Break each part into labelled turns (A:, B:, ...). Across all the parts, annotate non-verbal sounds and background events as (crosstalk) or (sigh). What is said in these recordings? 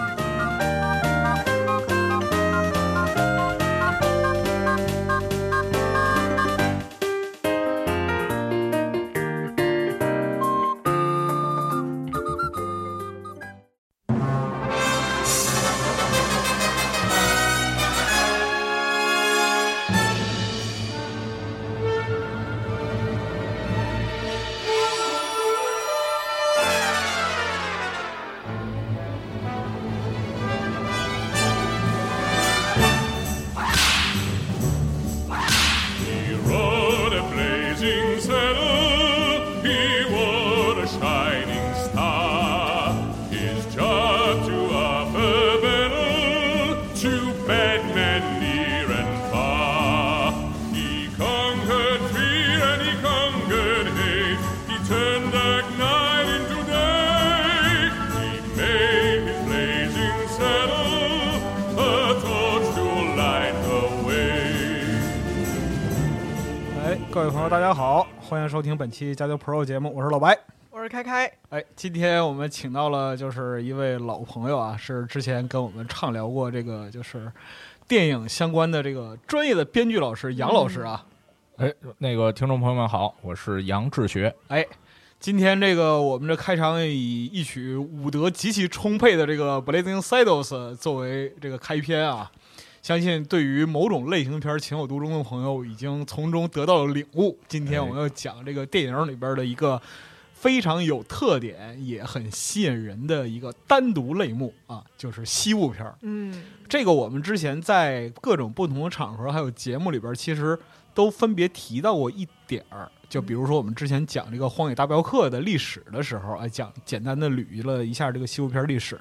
A: He rode a blazing saddle, he wore a shining star. His job to offer battle to bad men near and far. He conquered fear and he conquered hate. He turned dark night into day. He made his blazing saddle a torch to light the way.
B: 哎，各位朋友，大家好，欢迎收听本期《加丢 Pro》节目，我是老白。
C: 我是开开，
B: 哎，今天我们请到了就是一位老朋友啊，是之前跟我们畅聊过这个就是电影相关的这个专业的编剧老师杨老师啊。
D: 哎，那个听众朋友们好，我是杨志学。
B: 哎，今天这个我们这开场以一曲舞德极其充沛的这个《Blazing Saddles》作为这个开篇啊，相信对于某种类型片情有独钟的朋友已经从中得到了领悟。今天我们要讲这个电影里边的一个非常有特点也很吸引人的一个单独类目啊，就是西部片儿。
C: 嗯，
B: 这个我们之前在各种不同的场合还有节目里边，其实都分别提到过一点儿。就比如说我们之前讲这个《荒野大镖客》的历史的时候，哎，讲简单的捋了一下这个西部片历史，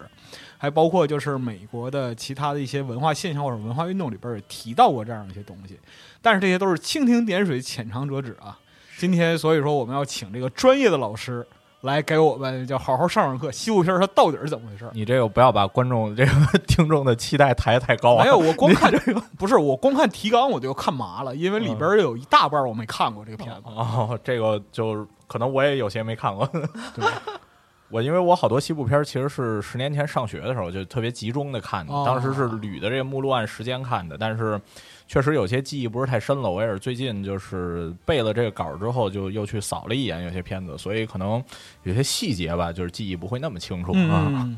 B: 还包括就是美国的其他的一些文化现象或者文化运动里边也提到过这样一些东西。但是这些都是蜻蜓点水，浅尝辄止啊。今天所以说我们要请这个专业的老师来给我们就好好上上课，西部片它到底是怎么回事儿？
D: 你这个不要把观众这个 (laughs) 听众的期待抬得太高啊！
B: 没有，我光看这个不是我光看提纲我就看麻了，因为里边儿有一大半儿我没看过这个片子。
D: (laughs) 嗯哦，这个就是可能我也有些没看过。我因为我好多西部片儿其实是十年前上学的时候就特别集中的看的，
B: 哦
D: 当时是捋的这个目录按时间看的，但是确实有些记忆不是太深了。我也是最近就是背了这个稿儿之后，就又去扫了一眼有些片子，所以可能有些细节吧，就是记忆不会那么清楚啊。
B: 嗯，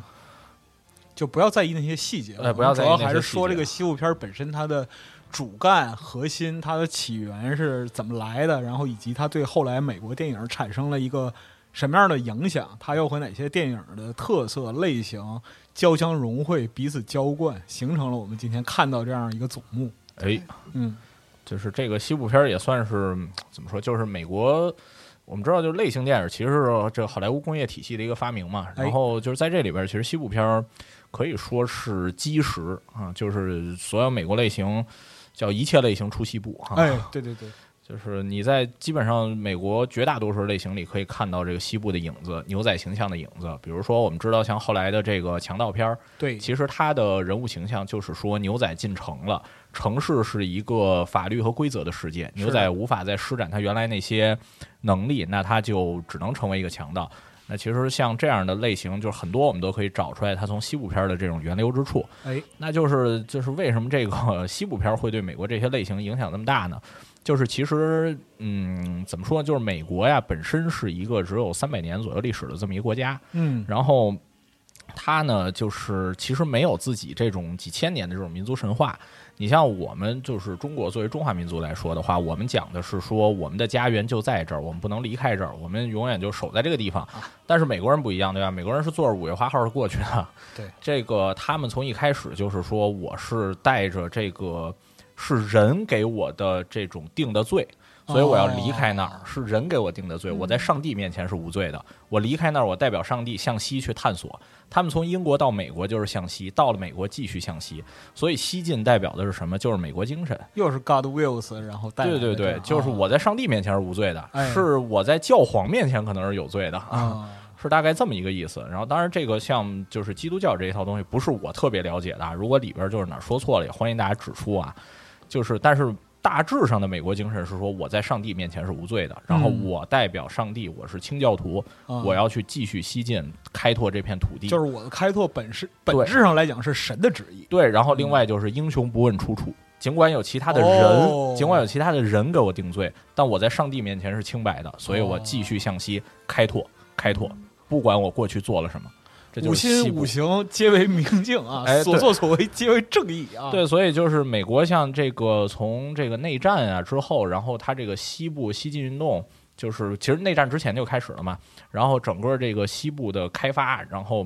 B: 就不要在意那些细节了，
D: 哎不要在意
B: 主要
D: 那些
B: 还是说
D: 细
B: 这
D: 节
B: 个西部片儿本身它的主干核心、它的起源是怎么来的，然后以及它对后来美国电影产生了一个什么样的影响，它又和哪些电影的特色类型交相融汇、彼此交贯，形成了我们今天看到这样一个总目。
D: 哎，
B: 嗯，
D: 就是这个西部片儿也算是嗯怎么说，就是美国。我们知道，就是类型电影其实是这好莱坞工业体系的一个发明嘛。
B: 哎
D: 然后就是在这里边儿，其实西部片儿可以说是基石啊，就是所有美国类型叫一切类型出西部啊。
B: 哎，对对对。
D: 就是你在基本上美国绝大多数类型里可以看到这个西部的影子，牛仔形象的影子。比如说，我们知道像后来的这个强盗片儿，
B: 对，
D: 其实他的人物形象就是说，牛仔进城了，城市是一个法律和规则的世界，
B: 是
D: 牛仔无法再施展他原来那些能力，那他就只能成为一个强盗。那其实像这样的类型，就是很多我们都可以找出来，它从西部片的这种源流之处。
B: 哎，
D: 那就是就是为什么这个 (laughs) 西部片会对美国这些类型影响那么大呢？就是其实，嗯，怎么说呢？就是美国呀，本身是一个只有三百年左右历史的这么一个国家，
B: 嗯，
D: 然后它呢，就是其实没有自己这种几千年的这种民族神话。你像我们就是中国作为中华民族来说的话，我们讲的是说我们的家园就在这儿，我们不能离开这儿，我们永远就守在这个地方。
B: 啊
D: 但是美国人不一样，对吧？美国人是坐着五月花号过去的，
B: 对
D: 这个他们从一开始就是说我是带着这个是人给我的这种定的罪。所以我要离开那儿，是人给我定的罪，
B: 嗯
D: 我在上帝面前是无罪的。我离开那儿，我代表上帝向西去探索。他们从英国到美国就是向西，到了美国继续向西。所以西进代表的是什么？就是美国精神。
B: 又是 God wills，然后带来
D: 对
B: 的
D: 对
B: 这啊
D: 对，
B: 样
D: 就是我在上帝面前是无罪的，
B: 哎
D: 是我在教皇面前可能是有罪的
B: 啊啊，
D: 是大概这么一个意思。然后，当然这个像就是基督教这一套东西，不是我特别了解的啊。如果里边就是哪儿说错了，也欢迎大家指出啊。就是，但是大致上的美国精神是说，我在上帝面前是无罪的，然后
B: 嗯
D: 我代表上帝，我是清教徒，
B: 啊
D: 我要去继续西进，开拓这片土地。
B: 就是我的开拓本是本质上来讲是神的旨意，
D: 对，然后另外就是英雄不问出处。尽管有其他的人，
B: 哦
D: 尽管有其他的人给我定罪，但我在上帝面前是清白的，所以我继
B: 哦
D: 续向西开拓，开拓，不管我过去做了什么，这就
B: 五
D: 是西
B: 心
D: 部
B: 五行皆为明镜啊，
D: 哎对
B: 所作所为皆为正义啊。
D: 对，所以就是美国像这个从这个内战啊之后，然后它这个西部西进运动，就是其实内战之前就开始了嘛，然后整个这个西部的开发，然后。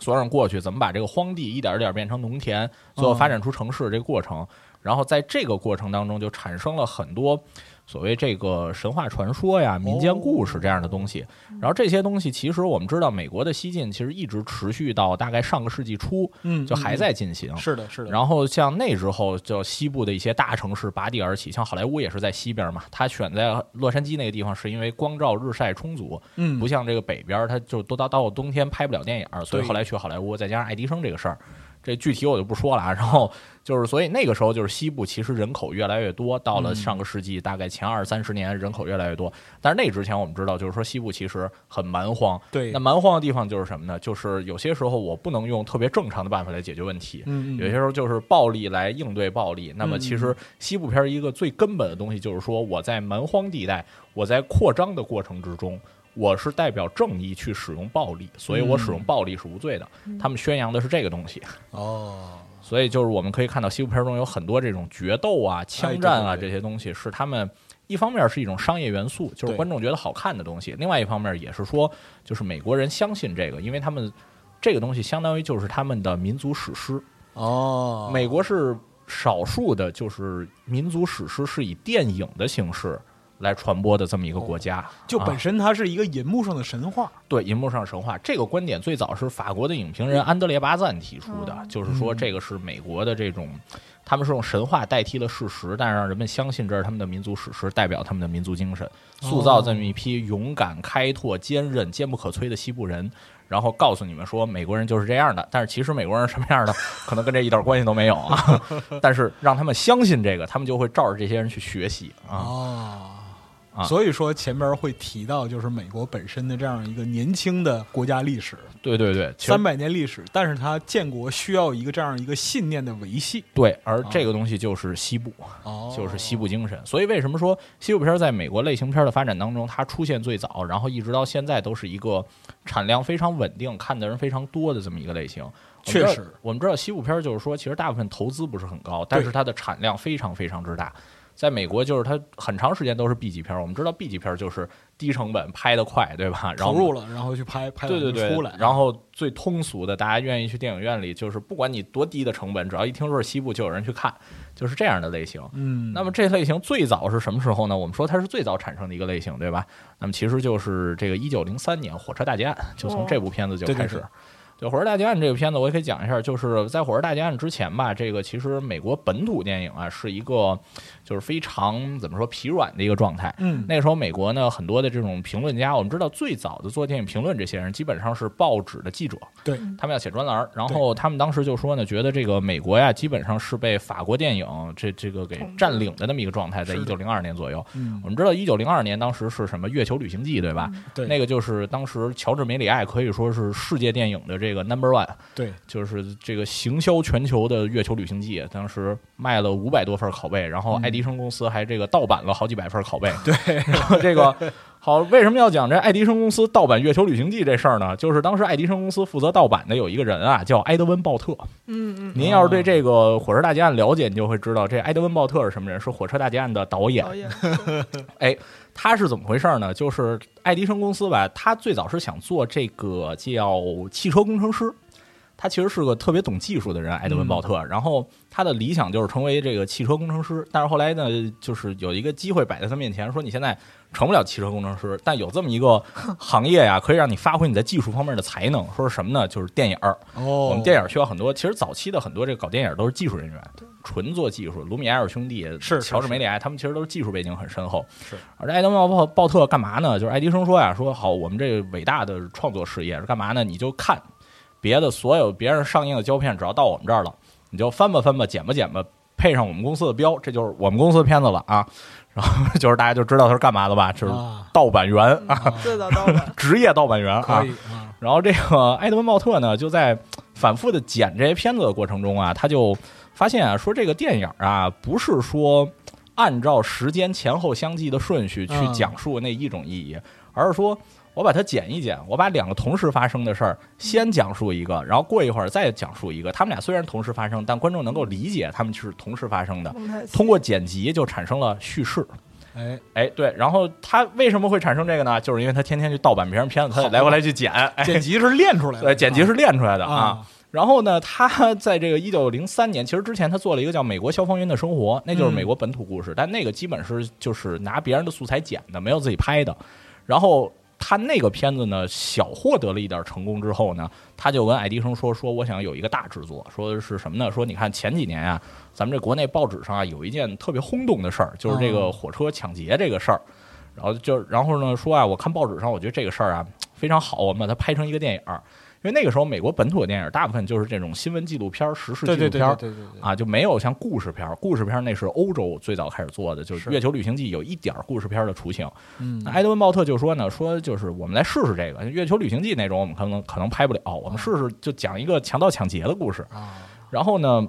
D: 所有人过去怎么把这个荒地一点儿一点儿变成农田，最后
B: 嗯
D: 发展出城市这个过程，然后在这个过程当中就产生了很多所谓这个神话传说呀、民间故事这样的东
B: 哦
D: 西。然后这些东西其实我们知道，美国的西进其实一直持续到大概上个世纪初，
B: 嗯
D: 就还
B: 嗯
D: 在进行。
B: 是的，是的。后
D: 然后像那之后，就西部的一些大城市拔地而起，像好莱坞也是在西边嘛。它选在洛杉矶那个地方，是因为光照日晒充足，
B: 嗯，
D: 不像这个北边，它就都到到冬天拍不了电影儿，所以
B: 对
D: 后来去好莱坞，再加上爱迪生这个事儿，这具体我就不说了啊。然后就是，所以那个时候就是西部其实人口越来越多，到了上个世纪大概前二三十年人口越来越多，但是那之前我们知道，就是说西部其实很蛮荒。
B: 对
D: 那蛮荒的地方就是什么呢？就是有些时候我不能用特别正常的办法来解决问题，
B: 嗯嗯嗯
D: 有些时候就是暴力来应对暴力。那么其实西部片儿一个最根本的东西就是说，我在蛮荒地带，我在扩张的过程之中，我是代表正义去使用暴力，所以我
B: 嗯
D: 使用暴力是无罪的。他们宣扬的是这个东西，
B: 哦，
D: 所以就是我们可以看到西部片儿中有很多这种决斗啊、枪战啊
B: 哎对对对
D: 这些东西，是他们一方面是一种商业元素，就是
B: 对
D: 观众觉得好看的东西；另外一方面也是说，就是美国人相信这个，因为他们这个东西相当于就是他们的民族史诗。
B: 哦，
D: 美国是少数的，就是民族史诗是以电影的形式来传播的这么一个国家。
B: 就本
D: 啊、
B: 身它是一个银幕上的神话，
D: 对银幕上神话这个观点，最早是法国的影评人安德烈·巴赞提出的，就是说
B: 嗯
D: 这个是美国的这种，他们是用神话代替了事实，但让人们相信这是他们的民族史诗，代表他们的民族精神，
B: 哦
D: 塑造这么一批勇敢、开拓、坚韧、坚不可摧的西部人。然后告诉你们说，美国人就是这样的，但是其实美国人是什么样的，可能跟这一点关系都没有啊。 (laughs) 但是让他们相信这个，他们就会照着这些人去学习啊。
B: 哦
D: 啊
B: 所以说前边会提到，就是美国本身的这样一个年轻的国家历史，
D: 对对对，其实
B: 三百年历史，但是它建国需要一个这样一个信念的维系，
D: 对，而这个东西就是西部。
B: 哦
D: 就是西部精神。所以为什么说西部片儿在美国类型片儿的发展当中，它出现最早，然后一直到现在都是一个产量非常稳定、看的人非常多的这么一个类型。我们知道
B: 确实，
D: 我们知道西部片儿就是说，其实大部分投资不是很高，但是它的产量非常非常之大。在美国，就是它很长时间都是 B 级片儿。我们知道 B 级片儿就是低成本拍得快，对吧？然后
B: 投入了，然后去拍拍
D: 对
B: 完
D: 对
B: 就
D: 对，
B: 出来，
D: 然后最通俗的，大家愿意去电影院里，就是不管你多低的成本，只要一听说是西部，就有人去看，就是这样的类型。
B: 嗯，
D: 那么这类型最早是什么时候呢？我们说它是最早产生的一个类型，对吧？那么其实就是这个一九零三年《火车大劫案》，就从这部片子就
B: 对对
D: 开始。
B: 对
D: 对《火车大劫案》这个片子，我也可以讲一下，就是在《火车大劫案》之前吧，这个其实美国本土电影啊是一个就是非常怎么说疲软的一个状态。
B: 嗯
D: 那个时候美国呢很多的这种评论家，我们知道最早的做电影评论这些人基本上是报纸的记者，
B: 对，
D: 他们要写专栏儿，然后他们当时就说呢，觉得这个美国呀基本上是被法国电影这这个给占领的那么一个状态，在一九零二年左右。
B: 嗯
D: 我们知道，一九零二年当时是什么《月球旅行记》，对吧？
B: 对
D: 那个就是当时乔治梅里爱可以说是世界电影的这个 number one，
B: 对，
D: 就是这个行销全球的《月球旅行记》，当时卖了五百多份拷贝，然后爱迪生公司还这个盗版了好几百份拷贝。对，然后这个好，为什么要讲这爱迪生公司盗版《月球旅行记》这事儿呢？就是当时爱迪生公司负责盗版的有一个人啊，叫埃德温·鲍特。
C: 嗯嗯，
D: 您要是对这个《火车大劫案》了解，你就会知道这埃德温·鲍特是什么人，是《火车大劫案》的导演
C: 导。
D: (laughs)
C: 演，
D: 他是怎么回事呢？就是爱迪生公司吧，他最早是想做这个叫汽车工程师，他其实是个特别懂技术的人，埃德温·鲍特。然后他的理想就是成为这个汽车工程师，但是后来呢，就是有一个机会摆在他面前，说你现在成不了汽车工程师，但有这么一个行业呀，可以让你发挥你在技术方面的才能。说是什么呢？就是电影儿。
B: 哦
D: 我们电影需要很多，其实早期的很多这个搞电影都是技术人员，纯做技术。卢米埃尔兄弟、
B: 是
D: 乔治梅里埃，他们其实都是技术背景很深厚。
B: 是，
D: 而这埃德曼鲍鲍特干嘛呢？就是爱迪生说呀，说好，我们这伟大的创作事业是干嘛呢？你就看别的所有别人上映的胶片，只要到我们这儿了，你就翻吧翻吧，剪吧剪吧，配上我们公司的标，这就是我们公司的片子了啊。 (laughs) 然后就是大家就知道他是干嘛的吧，就是
B: 啊
D: 盗版员啊，
C: 最嗯早导演，
D: 职业盗版员啊
B: 可。以啊，
D: 然后这个埃德温·鲍特呢，就在反复的剪这些片子的过程中啊，他就发现啊，说这个电影啊，不是说按照时间前后相继的顺序去
B: 嗯
D: 讲述那一种意义，而是说我把它剪一剪，我把两个同时发生的事儿先讲述一个，然后过一会儿再讲述一个。他们俩虽然同时发生，但观众能够理解他们是同时发生的。
C: 蒙太奇
D: 通过剪辑就产生了叙事，
B: 哎，
D: 哎，对，然后他为什么会产生这个呢？就是因为他天天去盗版别人片子，他得来回来去剪，哎，
B: 剪辑是练出来的，
D: 对，呃剪辑是练出来的
B: 啊
D: 啊。然后呢，他 (laughs) 在这个一九零三年，其实之前他做了一个叫《美国消防员的生活》，那就是美国本土故事，但那个基本是就是拿别人的素材剪的，没有自己拍的。然后他那个片子呢，小获得了一点成功之后呢，他就跟爱迪生说：“说我想有一个大制作，说是什么呢？说你看前几年啊，咱们这国内报纸上啊有一件特别轰动的事儿，就是这个火车抢劫这个事儿。然后就然后呢说啊，我看报纸上，我觉得这个事儿啊非常好，我们把它拍成一个电影儿。因为那个时候美国本土的电影大部分就是这种新闻纪录片儿、时事纪
B: 对
D: 录
B: 对对
D: 片儿。
B: 对对对
D: 啊，就没有像故事片儿，故事片儿那是欧洲最早开始做的，就是
B: 是
D: 《月球旅行记》有一点儿故事片儿的雏形。
B: 嗯
D: 那埃德温·鲍特就说呢，说就是我们来试试这个《月球旅行记》那种，我们可能可能拍不了，我们试试就讲一个强盗抢劫的故事。
B: 啊，
D: 然后呢，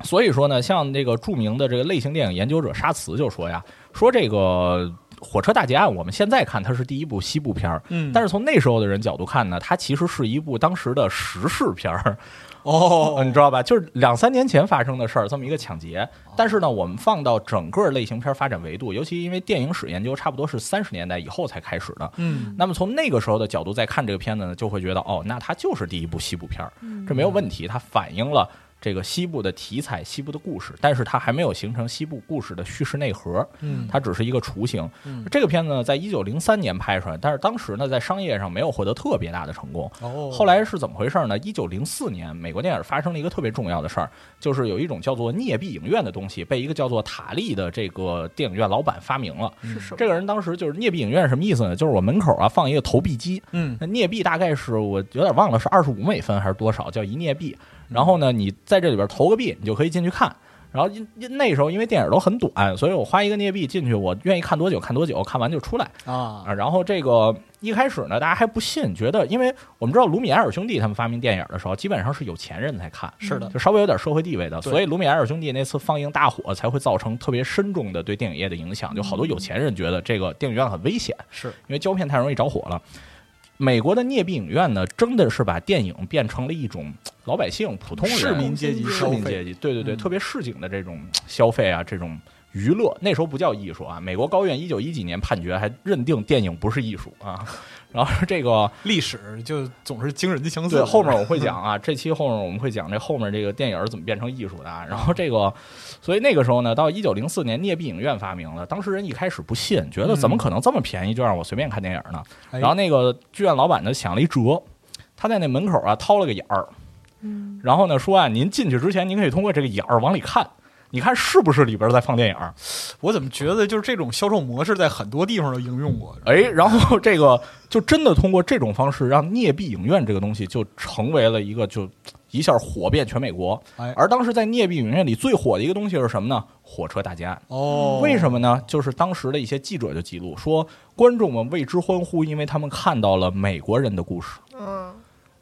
D: 所以说呢，像这个著名的这个类型电影研究者沙茨就说呀，说这个《火车大劫案》，我们现在看它是第一部西部片儿，
B: 嗯
D: 但
B: 是
D: 是从那时候的人角度看呢，它其实是一部当时的时事片儿。
B: 哦，
D: (laughs) 你知道吧？就是两三年前发生的事儿，这么一个抢劫。
B: 哦
D: 但是呢，我们放到整个类型片发展维度，尤其因为电影史研究差不多是三十年代以后才开始的。
B: 嗯，
D: 那么从那个时候的角度再看这个片子呢，就会觉得哦，那它就是第一部西部片儿，这没有问题，它反映了这个西部的题材、西部的故事，但是它还没有形成西部故事的叙事内核，
B: 嗯
D: 它只是一个雏形。这个片子呢，在一九零三年拍出来，但是当时呢，在商业上没有获得特别大的成功。
B: 哦，
D: 后来是怎么回事呢？一九零四年，美国电影发生了一个特别重要的事儿，就是有一种叫做镍币影院的东西被一个叫做塔利的这个电影院老板发明了。
C: 是什么？
D: 这个人当时就是镍币影院什么意思呢？就是我门口啊放一个投币机，
B: 嗯
D: 那镍币大概是我有点忘了是二十五美分还是多少，叫一镍币。然后呢，你在这里边投个币，你就可以进去看。然后因因那时候因为电影都很短，所以我花一个镍币进去，我愿意看多久看多久，看完就出来。
B: 啊，
D: 啊，然后这个一开始呢，大家还不信，觉得因为我们知道卢米埃尔兄弟他们发明电影的时候，基本上是有钱人才看，
B: 是的
D: 就稍微有点社会地位的，
B: 对
D: 所以卢米埃尔兄弟那次放映大火才会造成特别深重的对电影业的影响，就好
B: 嗯
D: 多有钱人觉得这个电影院很危险，
B: 是
D: 因为胶片太容易着火了。美国的镍币影院呢，真的是把电影变成了一种老百姓、普通人、
B: 市民阶级
D: 市
B: 消
D: 民
B: 费
D: 阶级，对对对，
B: 嗯
D: 特别市井的这种消费啊，这种娱乐，那时候不叫艺术啊。美国高院一九一几年判决还认定电影不是艺术啊。 (laughs) 然后这个
B: 历史就总是惊人的相似
D: 对，后面我会讲啊，这期后面我们会讲这后面这个电影儿怎么变成艺术的啊。然后这个，所以那个时候呢，到一九零四年镍币影院发明了，当时人一开始不信，觉得怎么可能这么便宜就让我随便看电影呢？
B: 嗯哎
D: 然后那个剧院老板呢想了一辙，他在那门口啊掏了个眼儿，然后呢说啊，您进去之前您可以通过这个眼儿往里看，你看是不是里边在放电影儿？
B: 我怎么觉得就是这种销售模式在很多地方都应用过？
D: 哎，然后这个就真的通过这种方式，让镍币影院这个东西就成为了一个就一下火遍全美国。
B: 哎
D: 而当时在镍币影院里最火的一个东西是什么呢？火车大劫案。
B: 哦，
D: 为
B: 么？
D: 什么呢？就是当时的一些记者就记录说，观众们为之欢呼，因为他们看到了美国人的故事。
C: 嗯，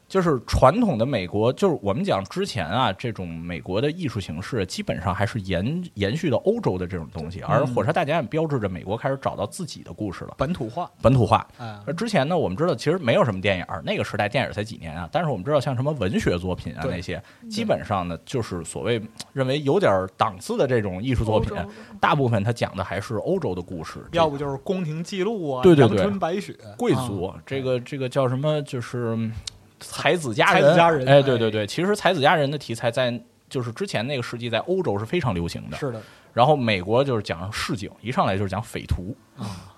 D: 就是传统的美国，就是我们讲之前啊，这种美国的艺术形式基本上还是延延续的欧洲的这种东西，而
B: 嗯
D: 火车大劫案标志着美国开始找到自己的故事了，
B: 本土化，
D: 本土化。
B: 哎，
D: 而之前呢，我们知道其实没有什么电影儿，那个时代电影儿才几年啊。但是我们知道，像什么文学作品啊
B: 对
D: 那些，基本上呢就是所谓认为有点儿档次的这种艺术作品
C: 欧洲，
D: 大部分它讲的还是欧洲的故事，
B: 要不就是宫廷记录啊，
D: 对对对
B: 阳春白雪，啊
D: 贵族、这个这个叫什么，就是嗯才子佳
B: 才
D: 人，
B: 子佳人
D: 哎，对对
B: 哎
D: 对，其实才子佳人的题材在。就是之前那个世纪在欧洲是非常流行
B: 啊
D: 的，
B: 是的，
D: 然后美国就是讲市井，一上来就是讲匪徒，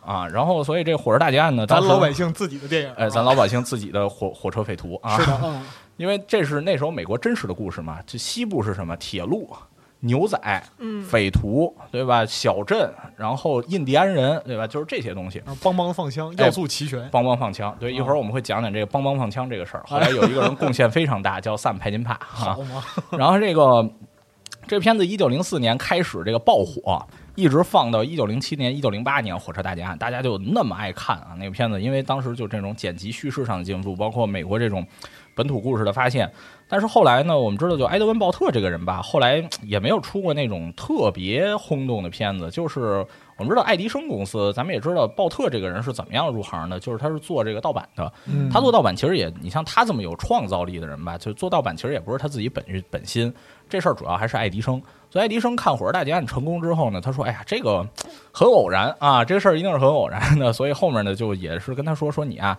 D: 啊，然后所以这火车大劫案呢，
B: 咱
D: 当时
B: 老百姓自己的电影，
D: 哎，咱老百姓自己的火火车匪徒啊，
B: 是的，嗯
D: 因为这是那时候美国真实的故事嘛。这西部是什么？铁路、牛仔、匪徒，对吧？小镇，然后印第安人，对吧？就是这些东西。
B: 然后邦邦放枪，
D: 哎
B: 要素齐全，
D: 邦邦放枪，对，一
B: 哦
D: 会儿我们会讲讲这个邦邦放枪这个事儿。后来有一个人贡献非常大，叫萨姆派金帕。啊
B: 好。吗？
D: 然后这个这片子一九零四年开始这个爆火，一直放到一九零七年、一九零八年《火车大劫案》，大家就那么爱看啊那个片子，因为当时就这种剪辑叙事上的进步，包括美国这种本土故事的发现。但是后来呢，我们知道就埃德温·鲍特这个人吧，后来嗯也没有出过那种特别轰动的片子，就是。我们知道爱迪生公司，咱们也知道鲍特这个人是怎么样入行的，就是他是做这个盗版的，
B: 嗯
D: 他做盗版其实也，你像他这么有创造力的人吧，就做盗版其实也不是他自己本欲本心，这事儿主要还是爱迪生。所以爱迪生看《火车大劫案》成功之后呢，他说：“哎呀，这个很偶然啊，这事儿一定是很偶然的。”所以后面呢，就也是跟他说：“说你啊，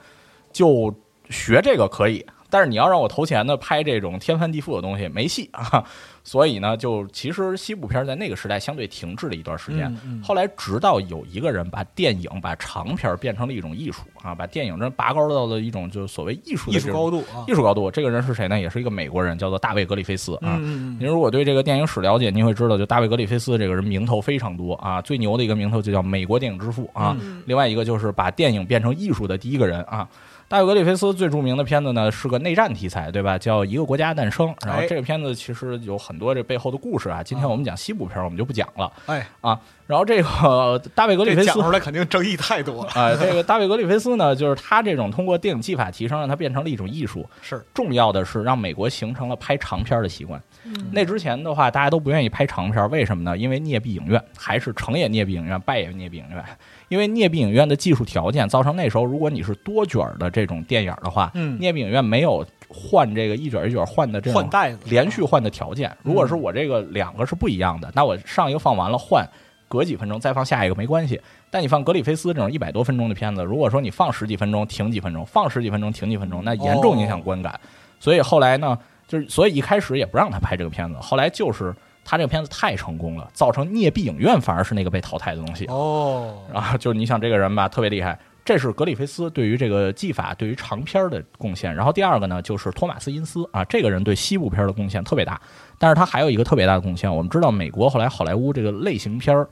D: 就学这个可以，但是你要让我投钱呢，拍这种天翻地覆的东西没戏啊。” (laughs) 所以呢，就其实西部片在那个时代相对停滞了一段时间。
B: 嗯嗯
D: 后来直到有一个人把电影、把长片变成了一种艺术啊，把电影真拔高到了一种就是所谓艺术的
B: 艺
D: 这
B: 术
D: 种
B: 高度啊，
D: 艺术高度。这个人是谁呢？也是一个美国人，叫做大卫·格里菲斯啊。
B: 嗯嗯
D: 您如果对这个电影史了解，您会知道，就大卫·格里菲斯这个人名头非常多啊，最牛的一个名头就叫美国电影之父啊。
B: 嗯
D: 另外一个就是把电影变成艺术的第一个人啊。大卫·格里菲斯最著名的片子呢是个内战题材，对吧？叫《一个国家诞生》。然后
B: 哎哦
D: 这个片子其实有很多这背后的故事啊。今天我们讲西部片，我们就不讲了
B: 嗯，哎，
D: 啊。然后这个大卫·格里
B: 这
D: 菲
B: 讲
D: 斯
B: 出来肯定争议太多了，
D: 啊、这个大卫·格里菲斯呢，就是他这种通过电影技法提升，让它变成了一种艺术。
B: 是
D: 重要的是，让美国形成了拍长片的习惯。那之前的话，大家都不愿意拍长片，为什么呢？因为镍币影院还是成也镍币影院，败也镍币影院。因为镍币影院的技术条件造成那时候，如果你是多卷儿的这种电影的话，
B: 嗯
D: 镍币影院没有换这个一卷儿一卷儿换的这种
B: 换袋子啊
D: 连续换的条件。如果是我这个两个是不一样的，那我上一个放完了换，隔几分钟再放下一个没关系。但你放格里菲斯这种一百多分钟的片子，如果说你放十几分钟停几分钟，放十几分钟停几分钟，那严重影响观感。所以后来呢，就是所以一开始也不让他拍这个片子，后来就是他这个片子太成功了，造成镍币影院反而是那个被淘汰的东西。
B: 哦，
D: 然后就是你想这个人吧，特别厉害。这是格里菲斯对于这个技法、对于长片儿的贡献。然后第二个呢，就是托马斯·因斯啊，这个人对西部片儿的贡献特别大。但是他还有一个特别大的贡献，我们知道美国后来好莱坞这个类型片儿，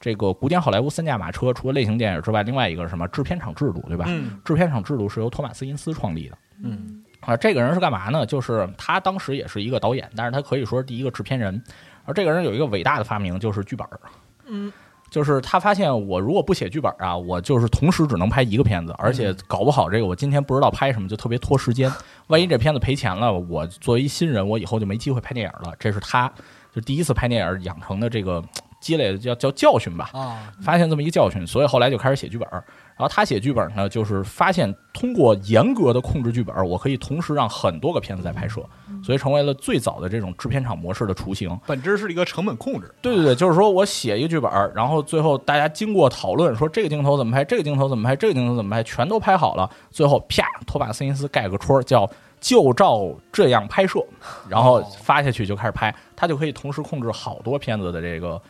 D: 这个古典好莱坞三驾马车，除了类型电影之外，另外一个是什么？制片厂制度，对吧？
B: 嗯
D: 制片厂制度是由托马斯·因斯创立的。
B: 嗯
D: 啊，这个人是干嘛呢？就是他当时也是一个导演，但是他可以说是第一个制片人。而这个人有一个伟大的发明，就是剧本儿。
C: 嗯，
D: 就是他发现我如果不写剧本儿啊，我就是同时只能拍一个片子，而且搞不好这个我今天不知道拍什么，就特别拖时间。万一这片子赔钱了，我作为一新人，我以后就没机会拍电影了。这是他就第一次拍电影养成的这个积累的叫叫教训吧。
B: 啊，
D: 发现这么一个教训，所以后来就开始写剧本儿。然后他写剧本呢，就是发现通过严格的控制剧本儿，我可以同时让很多个片子在拍摄，所以成为了最早的这种制片厂模式的雏形。
B: 本质是一个成本控制，
D: 对对对，就是说我写一个剧本儿，然后最后大家经过讨论，说这个镜头怎么拍，这个镜头怎么拍，这个镜头怎么拍，全都拍好了，最后啪，托马斯因斯盖个戳儿，叫就照这样拍摄，然后
B: 哦
D: 发下去就开始拍，他就可以同时控制好多片子的这个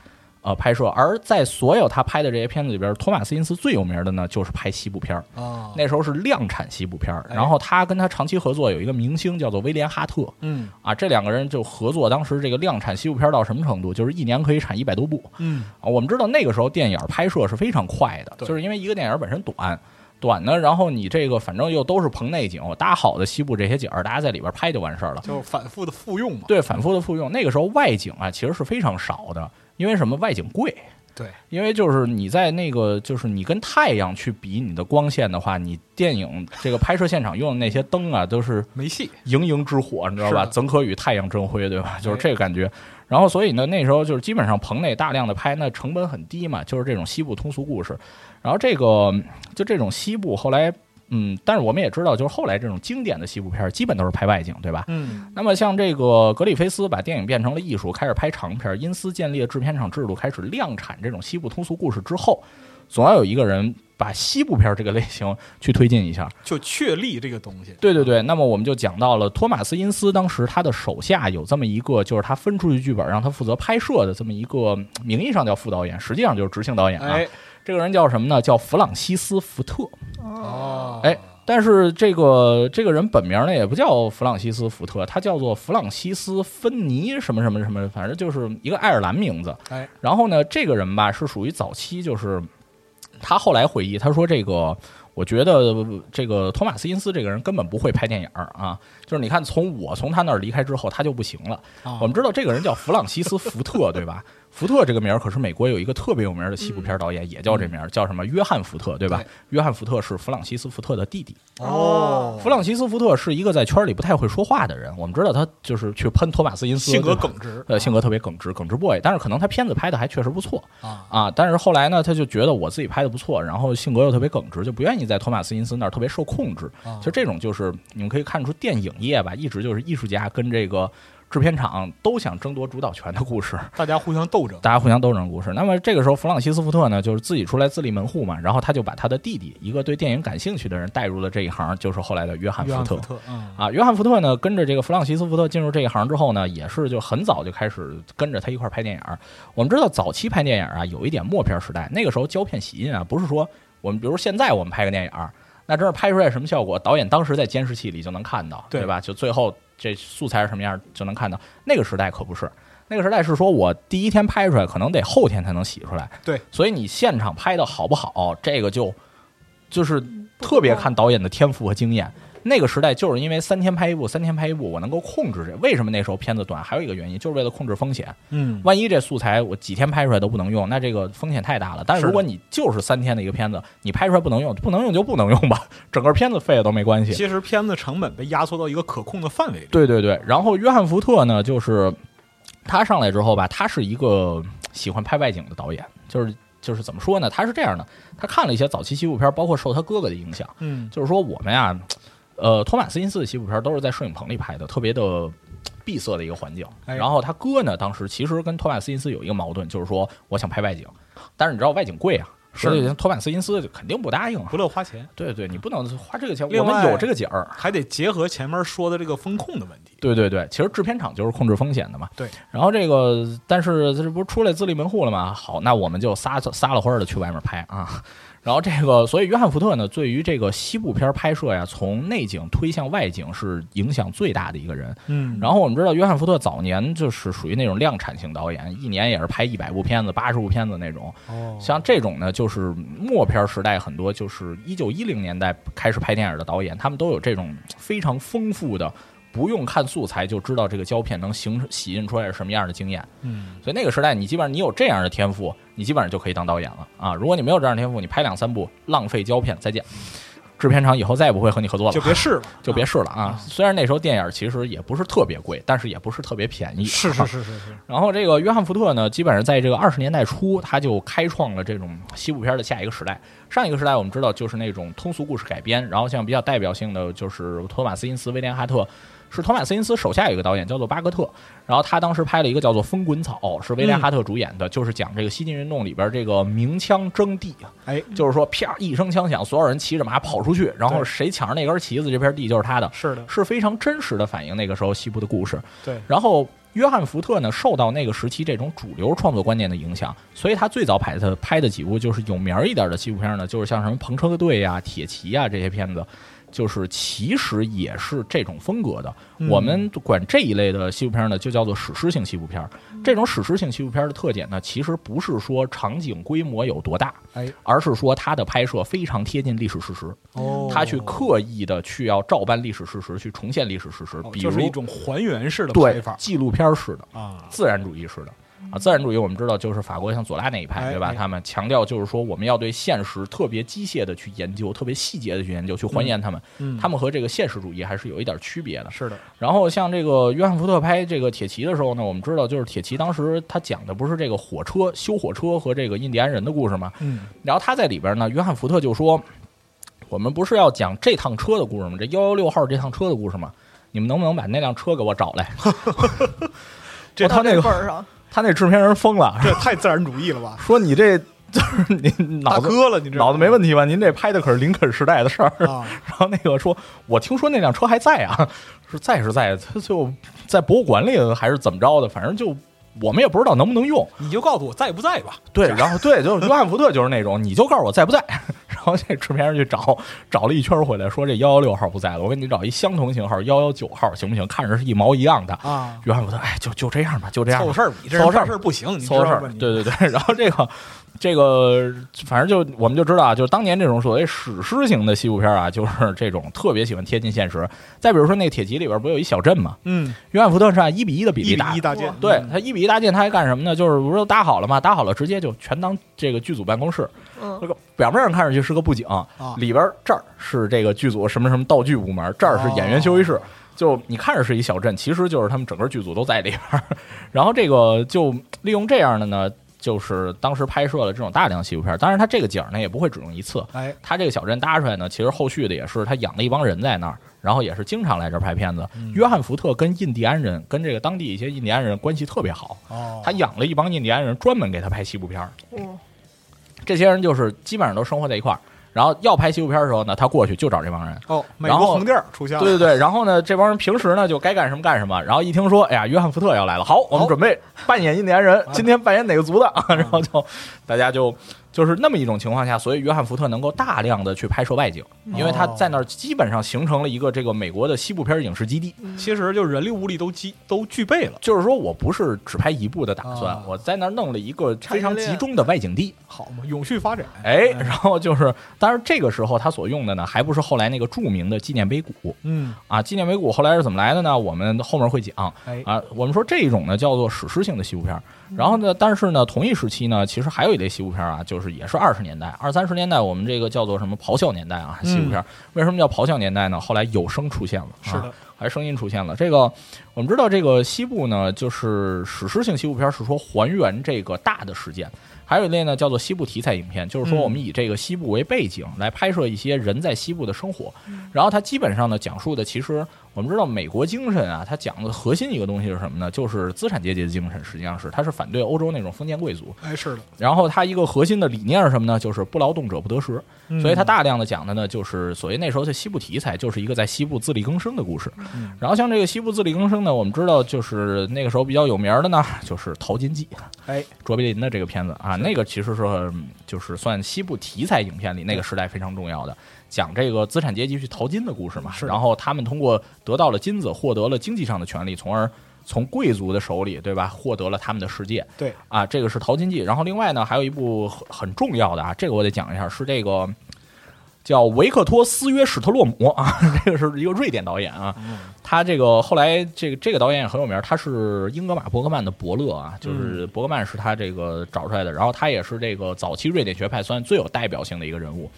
D: 呃拍摄。而在所有他拍的这些片子里边，托马斯因斯最有名的呢，就是拍西部片儿。
B: 啊，
D: 那时候是量产西部片儿，
B: 哎
D: 然后他跟他长期合作有一个明星叫做威廉哈特，
B: 嗯
D: 啊，这两个人就合作，当时这个量产西部片到什么程度？就是一年可以产一百多部
B: 嗯
D: 啊。我们知道那个时候电影拍摄是非常快的，
B: 对
D: 就是因为一个电影本身短。短呢，然后你这个反正又都是棚内景，我搭好的西部这些景儿，大家在里边拍就完事儿了。
B: 就是反复的复用嘛。
D: 对，反复的复用。那个时候外景啊，其实是非常少的，因为什么？外景贵，
B: 对，
D: 因为就是你在那个，就是你跟太阳去比你的光线的话，你电影这个拍摄现场用的那些灯啊，都是
B: 没戏。
D: 莹莹之火，你知道
B: 是
D: 吧？
B: 的哎
D: 怎可与太阳争辉，对吧？就是这个感觉。然后，所以呢，那时候就是基本上棚内大量的拍，那成本很低嘛，就是这种西部通俗故事。然后这个就这种西部，后来嗯，但是我们也知道，就是后来这种经典的西部片儿，基本都是拍外景，对吧？
B: 嗯，
D: 那么像这个格里菲斯把电影变成了艺术，开始拍长片，因斯建立了制片厂制度，开始量产这种西部通俗故事之后，总要有一个人把西部片这个类型去推进一下。
B: 就确立这个东西。
D: 对对对，那么我们就讲到了托马斯·因斯当时他的手下有这么一个，就是他分出去剧本让他负责拍摄的这么一个，嗯名义上叫副导演，实际上就是执行导演啊。
B: 哎，
D: 这个人叫什么呢？叫弗朗西斯·福特。
B: 哦，
D: 哎，但是这个这个人本名呢也不叫弗朗西斯·福特，他叫做弗朗西斯·芬尼什么什么什么，反正就是一个爱尔兰名字。
B: 哎，
D: 然后呢，这个人吧是属于早期，就是他后来回忆，他说这个。我觉得这个托马斯·因斯这个人根本不会拍电影儿啊，就是你看，从我从他那儿离开之后，他就不行了。
B: 啊
D: 我们知道这个人叫弗朗西斯·福特，对
B: (laughs)
D: 吧？福特这个名儿可是美国有一个特别有名的西部片导演，也叫这名儿，叫什么约翰·福特，对吧
B: 嗯对？
D: 约翰·福特是弗朗西斯·福特的弟弟。
B: 哦，
D: 弗朗西斯·福特是一个在圈里不太会说话的人，我们知道他就是去喷托马斯·因斯，
B: 性格
D: 对吧
B: 耿直
D: 呃，性格特别耿直，耿直 boy。但是可能他片子拍的还确实不错
B: 啊
D: 但是后来呢，他就觉得我自己拍的不错，然后性格又特别耿直，就不愿意在托马斯·因斯那儿特别受控制。
B: 啊
D: 其实这种就是你们可以看出电影业吧，一直就是艺术家跟这个制片厂都想争夺主导权的故事。
B: 啊大家互相斗争。
D: 大家互相斗争的故事。那么这个时候，弗朗西斯·福特呢，就是自己出来自立门户嘛，然后他就把他的弟弟，一个对电影感兴趣的人，带入了这一行，就是后来的约翰·
B: 约
D: 福
B: 翰
D: 特
B: 福。特，嗯，
D: 啊，约翰·福特呢，跟着这个弗朗西斯·福特进入这一行之后呢，也是就很早就开始跟着他一块儿拍电影儿。我们知道早期拍电影儿啊，有一点默片时代，那个时候胶片洗印啊，不是说我们比如现在我们拍个电影儿，那真是拍出来什么效果，导演当时在监视器里就能看到，
B: 对
D: 对吧？就最后这素材是什么样儿就能看到。那个时代可不是，那个时代是说我第一天拍出来，可能得后天才能洗出来。
B: 对，
D: 所以你现场拍的好不好，这个就就是特别看导演的天赋和经验。那个时代就是因为三天拍一部，三天拍一部，我能够控制这。为什么那时候片子短？还有一个原因就是为了控制风险。
B: 嗯，
D: 万一这素材我几天拍出来都不能用，那这个风险太大了。但是如果你就是三天的一个片子，你拍出来不能用，不能用就不能用吧，整个片子废了都没关系。
B: 其实片子成本被压缩到一个可控的范围里。
D: 对对对，然后约翰·福特呢，就是他上来之后吧，他是一个喜欢拍外景的导演，就是就是怎么说呢？他是这样的，他看了一些早期西部片，包括受他哥哥的影响，
B: 嗯，
D: 就是说我们呀，呃，托马斯·因斯的西部片都是在摄影棚里拍的，特别的呃闭塞的一个环境。
B: 哎
D: 然后他哥呢，当时其实跟托马斯·因斯有一个矛盾，就是说我想拍外景，但是你知道外景贵啊，
B: 是
D: 所以托马斯·因斯就肯定不答应。啊
B: 不乐花钱，
D: 对对，你不能花这个钱，
B: 另
D: 我
B: 外
D: 们有这个景儿。
B: 还得结合前面说的这个风控的问题。
D: 对对对，其实制片厂就是控制风险的嘛。
B: 对，
D: 然后这个，但是这不是出来自立门户了吗？好，那我们就撒撒了欢儿的去外面拍啊。然后这个，所以约翰·福特呢，对于这个西部片拍摄呀，从内景推向外景是影响最大的一个人。
B: 嗯
D: 然后我们知道，约翰·福特早年就是属于那种量产型导演，一年也是拍一百部片子、八十部片子那种。
B: 哦
D: 像这种呢，就是默片时代很多，就是一九一零年代开始拍电影的导演，他们都有这种非常丰富的，不用看素材就知道这个胶片能形洗印出来是什么样的经验。
B: 嗯，
D: 所以那个时代，你基本上你有这样的天赋，你基本上就可以当导演了啊！如果你没有这样的天赋，你拍两三部浪费胶片，再见，制片厂以后再也不会和你合作了，
B: 就别试了，
D: 就别试了啊！虽然那时候电影其实也不是特别贵，但是也不是特别便宜，
B: 是是是是是，
D: 然后这个约翰·福特呢，基本上在这个二十年代初，他就开创了这种西部片的下一个时代。上一个时代我们知道就是那种通俗故事改编，然后像比较代表性的就是托马斯·因斯、威廉·哈特，是托马斯·因斯手下有一个导演叫做巴格特，然后他当时拍了一个叫做《风滚草》，是威廉·哈特主演的，就是讲这个西进运动里边这个鸣枪争地，啊
B: 哎，
D: 就是说啪一声枪响，所有人骑着马跑出去，然后
B: 对
D: 谁抢着那根旗子，这片地就是他的，
B: 是的，
D: 是非常真实的反映那个时候西部的故事。
B: 对
D: 然后约翰·福特呢，受到那个时期这种主流创作观念的影响，所以他最早拍的拍的几部就是有名儿一点的西部片呢，就是像什么《篷车队》呀、《铁骑》呀这些片子，就是其实也是这种风格的。
B: 嗯
D: 我们管这一类的西部片呢，就叫做史诗性西部片。这种史诗性西部片的特点呢，其实不是说场景规模有多大，
B: 哎，
D: 而是说它的拍摄非常贴近历史事实，
B: 哦
D: 他去刻意的去要照搬历史事实，去重现历史事实
B: 哦，
D: 比
B: 就
D: 如
B: 是一种还原式的拍
D: 对
B: 法
D: 纪录片式的。
B: 啊，
D: 自然主义式的啊。自然主义我们知道就是法国像左拉那一派，
B: 哎
D: 对吧？
B: 哎
D: 他们强调就是说我们要对现实特别机械的去研究，特别细节的去研究，去还原他们。
B: 嗯
D: 他们和这个现实主义还是有一点区别的。
B: 是的，
D: 然后像这个约翰福特拍这个铁骑的时候呢，我们知道就是铁骑当时他讲的不是这个火车修火车和这个印第安人的故事吗？
B: 嗯，
D: 然后他在里边呢，约翰福特就说：“我们不是要讲这趟车的故事吗？这幺幺六号这趟车的故事吗？你们能不能把那辆车给我找 (laughs) 来？”哦
B: 这
D: 他那
C: 这
D: 个
C: 份儿上，
D: 他那制片人疯了，
B: 这太自然主义了吧？
D: (laughs) 说你这就是你 (laughs) 脑
B: 大
D: 子
B: 哥了，你这
D: 脑子没问题吧？您这拍的可是林肯时代的事儿。
B: 啊？
D: 然后那个说，我听说那辆车还在啊，是在是在，他就在博物馆里还是怎么着的，反正就我们也不知道能不能用。
B: 你就告诉我在不在吧？
D: 对，然后对，就是约翰福特就是那种，你就告诉我在不在。 (laughs) 然后这制片人去找，找了一圈回来，说这幺幺六号不在了，我给你找一相同型号幺幺九号行不行？看着是一毛一样的。
B: 啊，
D: 约翰福特，哎，就就这样吧，就这样吧
B: 凑。事儿，你这
D: 凑
B: 人
D: 事儿
B: 办事儿不行，你知
D: 凑
B: 道
D: 合事
B: 吧
D: 儿，
B: 你
D: 对对对。然后这个这个，反正就我们就知道啊，就是当年这种所谓史诗型的西部片啊，就是这种特别喜欢贴近现实。再比如说那铁骑里边不有一小镇嘛，
B: 嗯，
D: 约翰福特是按一比一的比
B: 一
D: 例
B: 比
D: 打
B: 一。大件，嗯
D: 对他一比一搭建，他还干什么呢？就是不是都搭好了嘛？搭好了，直接就全当这个剧组办公室。
C: 嗯
D: (laughs) 这个表面上看上去是个布景，
B: 啊
D: 里边这儿是这个剧组什么什么道具部门，这儿是演员休息室。
B: 哦
D: 就你看着是一小镇，其实就是他们整个剧组都在里边儿。 (laughs) 然后这个就利用这样的呢，就是当时拍摄了这种大量西部片儿。当然，他这个景儿呢也不会只用一次。
B: 哎，
D: 他这个小镇搭出来呢，其实后续的也是他养了一帮人在那儿，然后也是经常来这儿拍片子。
B: 嗯
D: 约翰福特跟印第安人，跟这个当地一些印第安人关系特别好，
B: 哦，
D: 他养了一帮印第安人专门给他拍西部片儿。
C: 嗯，
D: 这些人就是基本上都生活在一块儿。然后要拍西部片的时候呢，他过去就找这帮人。
B: 哦，美
D: 然后
B: 国横店儿出现了，
D: 对对对，然后呢，这帮人平时呢就该干什么干什么。然后一听说，哎呀，约翰福特要来了，好，我们准备扮演印第安人，今天扮演哪个族的？ (laughs) 然后就大家就就是那么一种情况下，所以约翰福特能够大量的去拍摄外景，因为他在那儿基本上形成了一个这个美国的西部片影视基地。
C: 嗯
B: 其实就是人力物力都具都具备了，
D: 就是说我不是只拍一部的打算
B: 啊，
D: 我在那儿弄了一个非常
C: 产业链
D: 集中的外景地。
B: 好嘛，永续发展，
D: 哎，
B: 嗯
D: 然后就是，当然这个时候他所用的呢，还不是后来那个著名的纪念碑谷
B: 嗯，
D: 啊。纪念碑谷后来是怎么来的呢？我们后面会讲
B: 哎嗯
D: 啊。我们说这种呢叫做史诗性的西部片儿，然后呢，但是呢，同一时期呢，其实还有一类西部片儿啊，就是也是二十年代、二三十年代，我们这个叫做什么咆哮年代啊，西部片儿。为什么叫咆哮年代呢？后来有声出现了，
B: 嗯是
D: 啊
B: 的，
D: 还声音出现了。这个我们知道，这个西部呢，就是史诗性西部片，是说还原这个大的事件；还有一类呢，叫做西部题材影片，就是说
B: 嗯
D: 我们以这个西部为背景来拍摄一些人在西部的生活。然后它基本上呢，讲述的其实我们知道美国精神啊，它讲的核心一个东西是什么呢？就是资产阶级的精神，实际上是它是反对欧洲那种封建贵族。
B: 哎，是的，
D: 然后它一个核心的理念是什么呢？就是不劳动者不得食。
B: 嗯
D: 所以它大量的讲的呢，就是所谓那时候的西部题材，就是一个在西部自力更生的故事。
B: 嗯
D: 然后像这个西部自力更生呢，我们知道就是那个时候比较有名的呢，就是《淘金记》，
B: 哎，
D: 卓别林的这个片子啊，那个其实是嗯就是算西部题材影片里那个时代非常重要的，讲这个资产阶级去淘金的故事嘛。
B: 是的
D: 然后他们通过得到了金子，获得了经济上的权利，从而。从贵族的手里，对吧？获得了他们的世界，
B: 对，
D: 啊，这个是《淘金记》。然后另外呢，还有一部很很重要的啊，这个我得讲一下，是这个叫维克托·斯约史特洛姆啊， (laughs) 这个是一个瑞典导演啊。他这个后来这个这个导演也很有名，他是英格玛·伯格曼的伯乐啊，就是伯格曼是他这个找出来的。然后他也是这个早期瑞典学派算最有代表性的一个人物。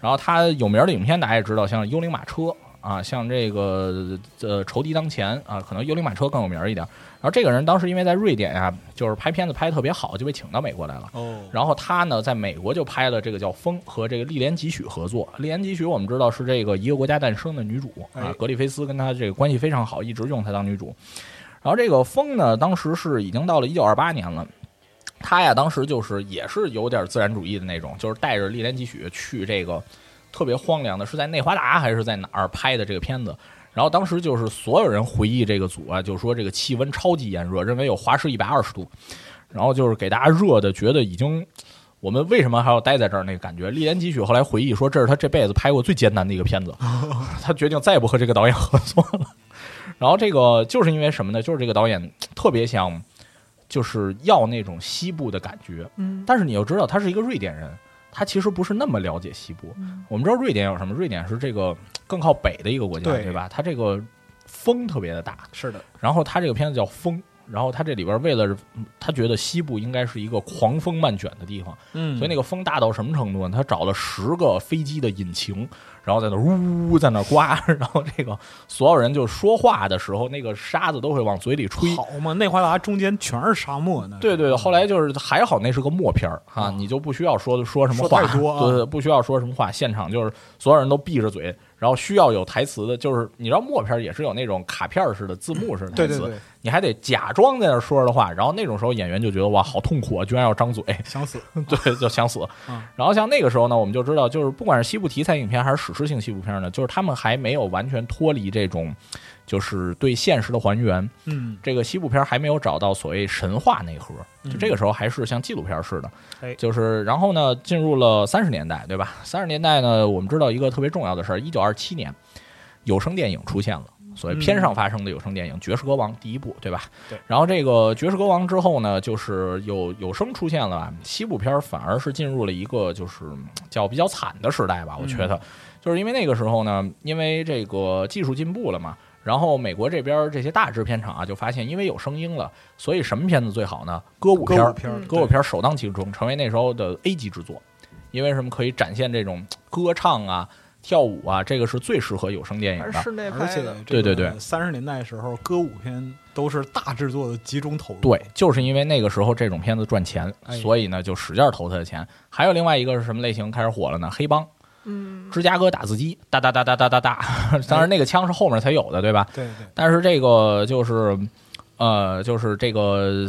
D: 然后他有名的影片大家也知道，像《幽灵马车》。啊，像这个呃，仇敌当前啊，可能《幽灵马车》更有名一点。然后这个人当时因为在瑞典啊，就是拍片子拍得特别好，就被请到美国来了。
B: 哦，
D: 然后他呢，在美国就拍了这个叫《风》和这个丽莲吉许合作。丽莲吉许我们知道是这个《一个国家诞生》的女主啊
B: 哎，
D: 格里菲斯跟她这个关系非常好，一直用她当女主。然后这个《风》呢，当时是已经到了一九二八年了。她呀，当时就是也是有点自然主义的那种，就是带着丽莲吉许去这个特别荒凉的，是在内华达还是在哪儿拍的这个片子？然后当时就是所有人回忆这个组啊，就说这个气温超级炎热，认为有华氏一百二十度，然后就是给大家热的觉得已经。我们为什么还要待在这儿？那个感觉，丽莲吉许后来回忆说，这是他这辈子拍过最艰难的一个片子，他决定再也不和这个导演合作了。 (laughs) 然后这个就是因为什么呢？就是这个导演特别想，就是要那种西部的感觉。嗯，但是你要知道，他是一个瑞典人，他其实不是那么了解西部。我们知道瑞典有什么？瑞典是这个更靠北的一个国家，
B: 对
D: 对吧？它这个风特别的大，
B: 是的，
D: 然后他这个片子叫《风》，然后他这里边为了他觉得西部应该是一个狂风漫卷的地方，
B: 嗯，
D: 所以那个风大到什么程度呢？他找了十个飞机的引擎，然后在那儿呜呜在那儿刮，然后这个所有人就说话的时候，那个沙子都会往嘴里吹。
B: 好嘛，内华达中间全是沙漠呢，
D: 对对对，后来就是还好那是个默片儿啊，你就不需要说说什么
B: 嗯
D: 话，
B: 说太多啊
D: 对对，不需要说什么话，现场就是所有人都闭着嘴，然后需要有台词的，就是你知道默片儿也是有那种卡片儿似的字幕式的台
B: 嗯对
D: 词，
B: 对对，
D: 你还得假装在那儿说着的话，然后那种时候演员就觉得哇，好痛苦啊，居然要张嘴，
B: 想死，
D: 对，就想死。
B: 嗯
D: 然后像那个时候呢，我们就知道，就是不管是西部题材影片还是史诗性西部片呢，就是他们还没有完全脱离这种，就是对现实的还原。
B: 嗯，
D: 这个西部片还没有找到所谓神话内核，就这个时候还是像纪录片似的。
B: 嗯哎
D: 就是然后呢，进入了三十年代，对吧？三十年代呢，我们知道一个特别重要的事儿，一九二七年，有声电影出现了。所谓片上发生的有声电影《绝世歌王》第一部，对吧？
B: 嗯对。
D: 然后这个《绝世歌王》之后呢，就是有有声出现了吧？西部片儿反而是进入了一个就是嗯叫比较惨的时代吧，我觉
B: 嗯
D: 得，就是因为那个时候呢，因为这个技术进步了嘛，然后美国这边儿这些大制片厂啊，就发现因为有声音了，所以什么片子最好呢？歌舞片
B: 歌舞
D: 儿，
B: 片儿嗯
D: 歌舞片儿首当其冲，成为那时候的 A 级制作，因为什么可以展现这种歌唱啊、跳舞啊，这个是最适合有声电影
C: 还
D: 的。
C: 嗯是室内
B: 而
C: 拍
B: 且
C: 的，
D: 对对对
B: 三十年代时候歌舞片都是大制作的集中投入，
D: 对，就是因为那个时候这种片子赚钱，
B: 哎
D: 所以呢就使劲儿投他的钱。还有另外一个是什么类型开始火了呢？黑帮，
C: 嗯，
D: 芝加哥打字机，哒哒哒哒哒哒 (laughs) 哒。当然那个枪是后面才有的，对吧？
B: 对对，
D: 但是这个就是，呃，就是这个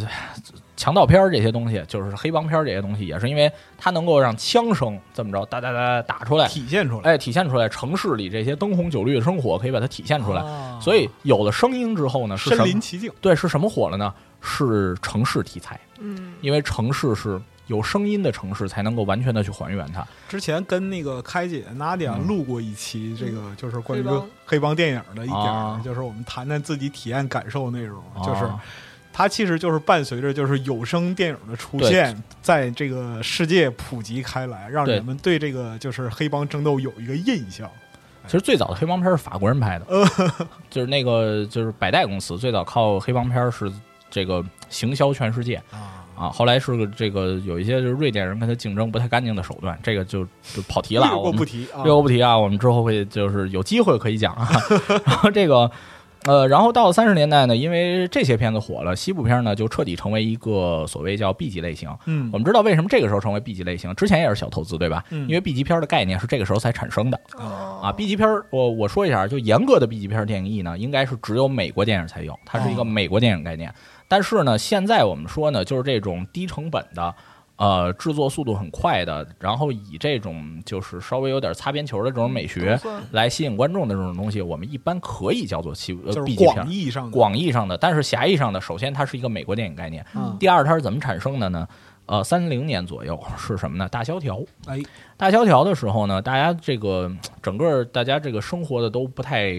D: 强盗片儿这些东西，就是黑帮片儿这些东西，也是因为它能够让枪声这么着哒哒哒哒打出来，
B: 体现出来，
D: 哎，体现出来城市里这些灯红酒绿的生活，可以把它体现出来。
B: 啊
D: 所以有了声音之后呢，是什
B: 身
D: 么？
B: 临其境，
D: 对，是什么火了呢？是城市题材，
C: 嗯，
D: 因为城市是有声音的城市才能够完全的去还原它。
B: 之前跟那个开姐 Nadia
D: 嗯
B: 录过一期，这个就是关于
C: 黑帮
B: 黑帮电影的一点
D: 啊
B: 儿，就是我们谈谈自己体验感受内容，就是
D: 啊
B: 它其实就是伴随着就是有声电影的出
D: 对
B: 现，在这个世界普及开来，让
D: 对
B: 人们对这个就是黑帮争斗有一个印象。
D: 其实最早的黑帮片是法国人拍的，
B: 嗯
D: (laughs) 就是那个就是百代公司最早靠黑帮片是这个行销全世界
B: 啊
D: 后来是个这个有一些就是瑞典人跟他竞争不太干净的手段，这个就就跑题
B: (laughs)
D: 了。
B: 略
D: 我
B: 过
D: 们
B: 不提啊
D: 略，过不提啊，我们之后会就是有机会可以讲
B: (laughs)
D: 啊。然后这个，呃，然后到三十年代呢，因为这些片子火了，西部片呢就彻底成为一个所谓叫 B 级类型。
B: 嗯
D: 我们知道为什么这个时候成为 B 级类型，之前也是小投资，对吧？
B: 嗯
D: 因为 B 级片的概念是这个时候才产生的
C: 哦
D: 啊。B 级片，我我说一下，啊就严格的 B 级片定义呢，应该是只有美国电影才有，它是一个
B: 哦
D: 美国电影概念。但是呢，现在我们说呢，就是这种低成本的，呃，制作速度很快的，然后以这种就是稍微有点擦边球的这种美学
C: 都算
D: 来吸引观众的这种东西，我们一般可以叫做西呃
B: 就是
D: B 级片
B: 广。义上的
D: 广义上的，但是狭义上的，首先它是一个美国电影概念，
B: 嗯
D: 第二它是怎么产生的呢？呃，三零年左右是什么呢？大萧条。
B: 哎，
D: 大萧条的时候呢，大家这个整个大家这个生活的都不太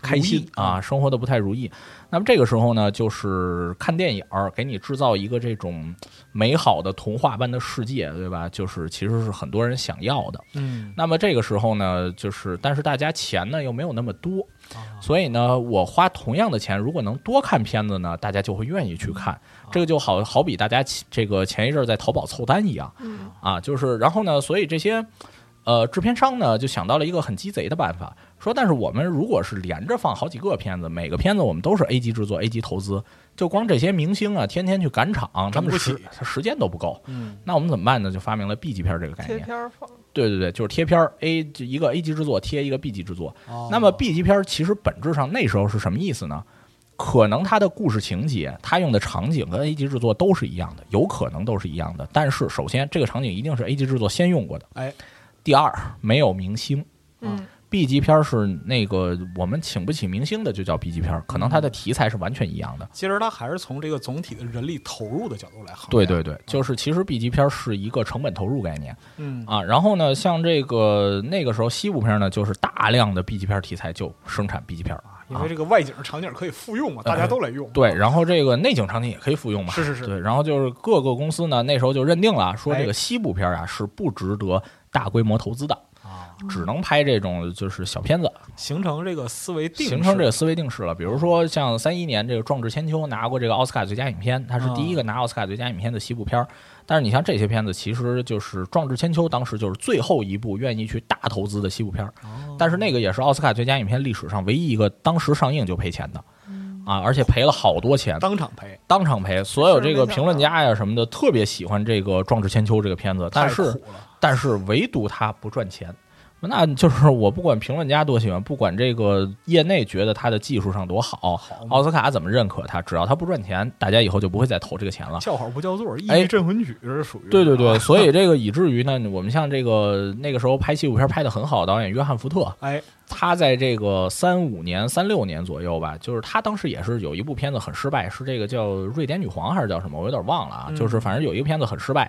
D: 开
B: 如
D: 心
B: 意
D: 啊，生活的不太如意。那么这个时候呢，就是看电影儿给你制造一个这种美好的童话般的世界，对吧？就是其实是很多人想要的。
B: 嗯
D: 那么这个时候呢，就是但是大家钱呢又没有那么多，
B: 啊
D: 所以呢，我花同样的钱，如果能多看片子呢，大家就会愿意去看。
B: 啊
D: 这个就好好比大家起这个前一阵儿在淘宝凑单一样，
C: 嗯
D: 啊，就是然后呢，所以这些呃制片商呢就想到了一个很鸡贼的办法，说但是我们如果是连着放好几个片子，每个片子我们都是 A 级制作、A 级投资，就光这些明星啊，天天去赶场，他
B: 挣
D: 们
B: 不
D: 时
B: 起
D: 时间都不够。
B: 嗯，
D: 那我们怎么办呢？就发明了 B 级片这个概
C: 贴
D: 念。啊
C: 片儿放，
D: 对对对，就是贴片儿 A 就一个 A 级制作贴一个 B 级制作。那么 B 级片儿其实本质上那时候是什么意思呢？可能它的故事情节、它用的场景跟 A 级制作都是一样的，有可能都是一样的。但是首先，这个场景一定是 A 级制作先用过的。
B: 哎，
D: 第二，没有明星。
C: 嗯，
D: B 级片儿是那个我们请不起明星的就叫 B 级片儿，可能它的题材是完全一样的。
B: 其实它还是从这个总体的人力投入的角度来衡量。
D: 对对对，就是其实 B 级片儿是一个成本投入概念
B: 嗯，
D: 啊。然后呢，像这个那个时候西部片儿呢，就是大量的 B 级片儿题材就生产 B 级片儿啊
B: 因为这个外景场景可以复用嘛，
D: 哎
B: 大家都来用。
D: 对，然后这个内景场景也可以复用嘛。
B: 是是是
D: 对，然后就是各个公司呢，那时候就认定了，说
B: 哎
D: 这个西部片儿啊是不值得大规模投资的，
B: 啊，
D: 只能拍这种就是小片子，
B: 形成这个思维定式，
D: 形成这个思维定式了。比如说像三一年这个《壮志千秋》拿过这个奥斯卡最佳影片，它是第
B: 嗯
D: 一个拿奥斯卡最佳影片的西部片儿。但是你像这些片子，其实就是《壮志千秋》当时就是最后一部愿意去大投资的西部片儿，
B: 哦
D: 但是那个也是奥斯卡最佳影片历史上唯一一个当时上映就赔钱的。啊，而且赔了好多钱，
B: 嗯当场赔，
D: 当场赔。所有这个评论家呀什么的，特别喜欢这个《壮志千秋》这个片子，但
B: 太
D: 是
B: 苦了
D: 但是唯独它不赚钱。那就是我不管评论家多喜欢，不管这个业内觉得它的技术上多好，奥斯卡怎么认可它，只要它不赚钱，大家以后就不会再投这个钱了。
B: 叫好不叫座，《
D: 哎
B: 一镇魂曲》是属于
D: 对对对，
B: 啊
D: 所以这个以至于呢，我们像这个那个时候拍纪录片拍的很好，导演约翰福特，
B: 哎，
D: 他在这个三五年、三六年左右吧，就是他当时也是有一部片子很失败，是这个叫《瑞典女皇》还是叫什么，我有点忘了啊。
B: 嗯
D: 就是反正有一个片子很失败，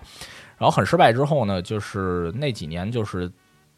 D: 然后很失败之后呢，就是那几年就是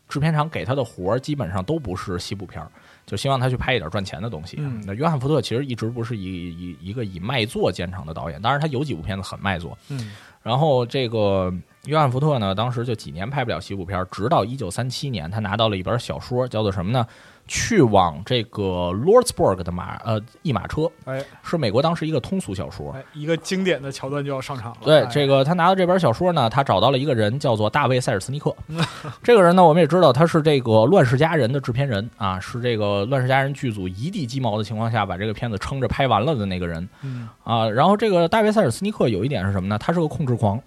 D: 制片厂给他的活儿基本上都不是西部片儿，就希望他去拍一点赚钱的东西。啊
B: 嗯
D: 那约翰·福特其实一直不是一一一个以卖座见长的导演，当然他有几部片子很卖座，
B: 嗯，
D: 然后这个约翰·福特呢，当时就几年拍不了西部片儿，直到一九三七年，他拿到了一本小说，叫做什么呢？去往这个 Lordsburg 的马呃一马车，
B: 哎
D: 是美国当时一个通俗小说。
B: 哎，一个经典的桥段就要上场了。
D: 对
B: 哎，
D: 这个他拿到这本小说呢，他找到了一个人，叫做大卫·塞尔斯尼克。
B: 嗯
D: 这个人呢，我们也知道他是这个《乱世佳人》的制片人啊，是这个《乱世佳人》剧组一地鸡毛的情况下把这个片子撑着拍完了的那个人
B: 嗯
D: 啊。然后这个大卫·塞尔斯尼克有一点是什么呢？他是个控制狂。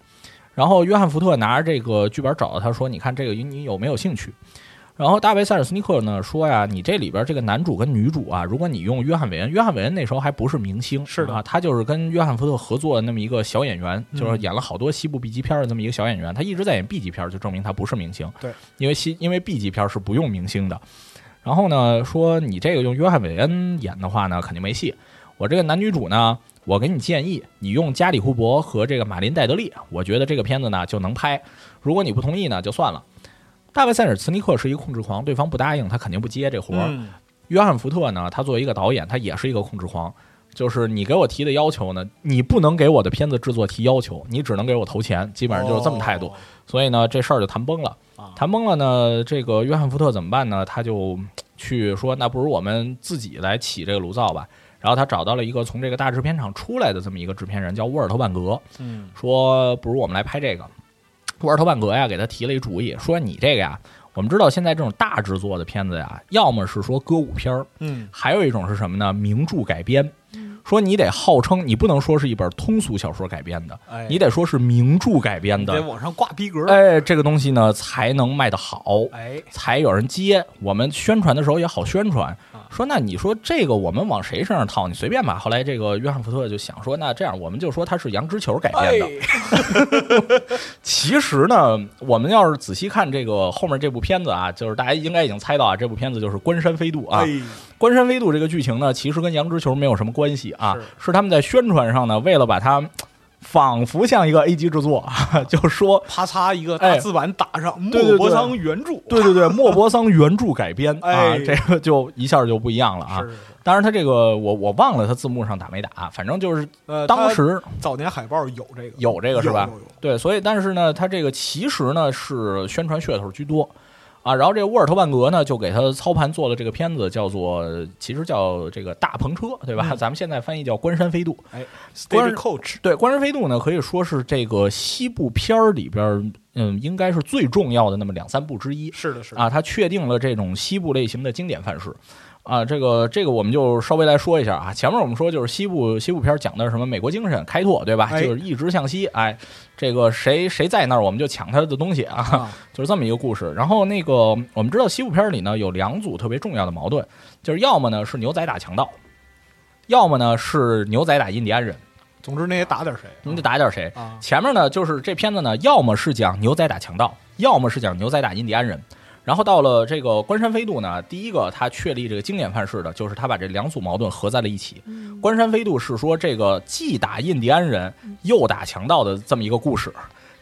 D: 然后约翰·福特拿着这个剧本找到他说：“你看这个你你有没有兴趣？”然后大卫·塞尔斯尼克呢说呀，你这里边这个男主跟女主啊，如果你用约翰·韦恩，约翰·韦恩那时候还不是明星，
B: 是的嗯
D: 啊，他就是跟约翰·福特合作的那么一个小演员，就是演了好多西部 B 级片的那么一个小演员，他一直在演 B 级片，就证明他不是明星，
B: 对，
D: 因为西因为 B 级片是不用明星的。然后呢，说你这个用约翰·韦恩演的话呢，肯定没戏。我这个男女主呢，我给你建议，你用加里·库珀和这个马林·戴德利，我觉得这个片子呢就能拍。如果你不同意呢，就算了。大卫·塞尔茨尼克是一个控制狂，对方不答应，他肯定不接这活儿。
B: 嗯
D: 约翰·福特呢，他作为一个导演，他也是一个控制狂，就是你给我提的要求呢，你不能给我的片子制作提要求，你只能给我投钱，基本上就是这么态度。
B: 哦
D: 所以呢，这事儿就谈崩了
B: 啊。
D: 谈崩了呢，这个约翰·福特怎么办呢？他就去说，那不如我们自己来起这个炉灶吧。然后他找到了一个从这个大制片厂出来的这么一个制片人，叫沃尔特·万格。
B: 嗯
D: 说不如我们来拍这个。沃尔特万格呀，给他提了一主意，说你这个呀，我们知道现在这种大制作的片子呀，要么是说歌舞片儿，
B: 嗯
D: 还有一种是什么呢？名著改编。说你得号称，你不能说是一本通俗小说改编的，
B: 哎
D: 你得说是名著改编
B: 得
D: 的，
B: 往上挂逼格，
D: 哎，这个东西呢才能卖得好。
B: 哎，
D: 才有人接。我们宣传的时候也好宣传，
B: 啊
D: 说那你说这个我们往谁身上套？你随便吧。后来这个约翰福特就想说，那这样我们就说它是羊脂球改
B: 哎
D: 编的。其实呢，我们要是仔细看这个后面这部片子啊，就是大家应该已经猜到啊，这部片子就是《关山飞渡》啊。
B: 哎，
D: 关山飞渡这个剧情呢，其实跟羊脂球没有什么关系啊，是他们在宣传上呢，为了把它。仿佛像一个 A 级制作， (laughs) 就说
B: 啪嚓一个
D: 哎
B: 大字板打上
D: 对对对
B: 莫泊桑原著，
D: 对对对，莫泊桑原著改编、啊
B: 哎，
D: 这个就一下就不一样了啊。
B: 是是是
D: 当然，他这个我我忘了他字幕上打没打，反正就是
B: 呃，
D: 当时
B: 它早年海报有这个，
D: 有这个是吧
B: 有有有？
D: 对，所以但是呢，他这个其实呢是宣传噱头居多啊。然后这个沃尔特万格呢就给他操盘做了这个片子，叫做其实叫这个大篷车，对
B: 嗯
D: 吧？咱们现在翻译叫关山飞渡。
B: 哎 s t
D: 关
B: a g e Coach
D: 对，《关山飞渡》呢，可以说是这个西部片儿里边儿，嗯，应该是最重要的那么两三部之一。
B: 是的，是的，
D: 啊，它确定了这种西部类型的经典范式。啊，这个这个我们就稍微来说一下啊。前面我们说就是西部西部片讲的是什么美国精神开拓，对吧？
B: 哎
D: 就是一直向西，哎，这个谁谁在那儿我们就抢他的东西啊， (laughs)
B: 啊
D: 就是这么一个故事。然后那个我们知道西部片里呢有两组特别重要的矛盾，就是要么呢是牛仔打强盗，要么呢是牛仔打印第安人，
B: 总之那也打点谁，
D: 你得打点谁。
B: 啊
D: 前面呢，就是这片子呢，要么是讲牛仔打强盗，要么是讲牛仔打印第安人。然后到了这个关山飞渡呢，第一个他确立这个经典范式的，就是他把这两组矛盾合在了一起。
C: 嗯
D: 关山飞渡是说这个既打印第安人又打强盗的这么一个故事，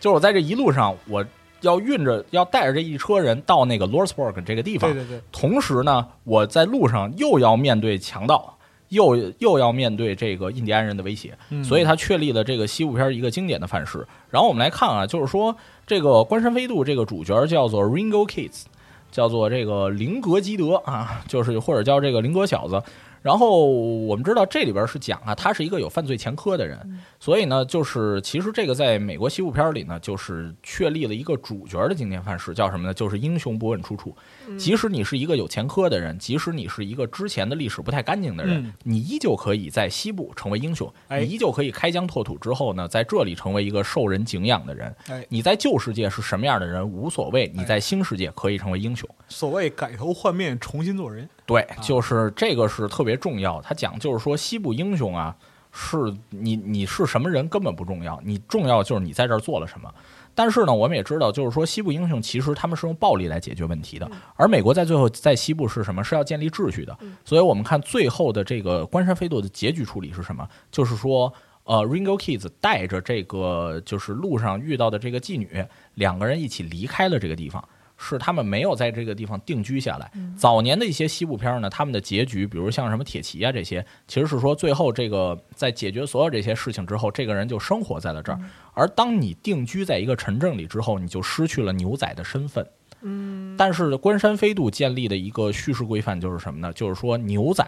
D: 就是我在这一路上，我要运着要带着这一车人到那个 l o r s b u r g 这个地方
B: 对，对对，
D: 同时呢，我在路上又要面对强盗，又又要面对这个印第安人的威胁，
B: 嗯
D: 所以他确立了这个西部片一个经典的范式。然后我们来看啊，就是说这个《关山飞渡》这个主角叫做 Ringo Kids，叫做这个林格基德啊，就是或者叫这个林格小子。然后我们知道这里边是讲啊，他是一个有犯罪前科的人，
B: 嗯
D: 所以呢，就是其实这个在美国西部片里呢，就是确立了一个主角的经典范式，叫什么呢？就是英雄不问出处。
B: 嗯
D: 即使你是一个有前科的人，即使你是一个之前的历史不太干净的人，
B: 嗯
D: 你依旧可以在西部成为英雄，
B: 哎
D: 你依旧可以开疆拓土之后呢，在这里成为一个受人敬仰的人。
B: 哎，
D: 你在旧世界是什么样的人无所谓，你在新世界可以成为英雄。
B: 所谓改头换面，重新做人，
D: 对，就是这个是特别重要。他讲就是说，西部英雄啊，是你你是什么人根本不重要，你重要就是你在这儿做了什么。但是呢，我们也知道，就是说西部英雄其实他们是用暴力来解决问题的，而美国在最后在西部是什么？是要建立秩序的。所以我们看最后的这个关山飞渡的结局处理是什么？就是说，呃，Ringo Kids 带着这个就是路上遇到的这个妓女，两个人一起离开了这个地方。是他们没有在这个地方定居下来。早年的一些西部片儿呢，他们的结局，比如像什么铁骑啊这些，其实是说最后这个在解决所有这些事情之后，这个人就生活在了这儿。而当你定居在一个城镇里之后，你就失去了牛仔的身份。嗯，但是关山飞渡建立的一个叙事规范就是什么呢？就是说牛仔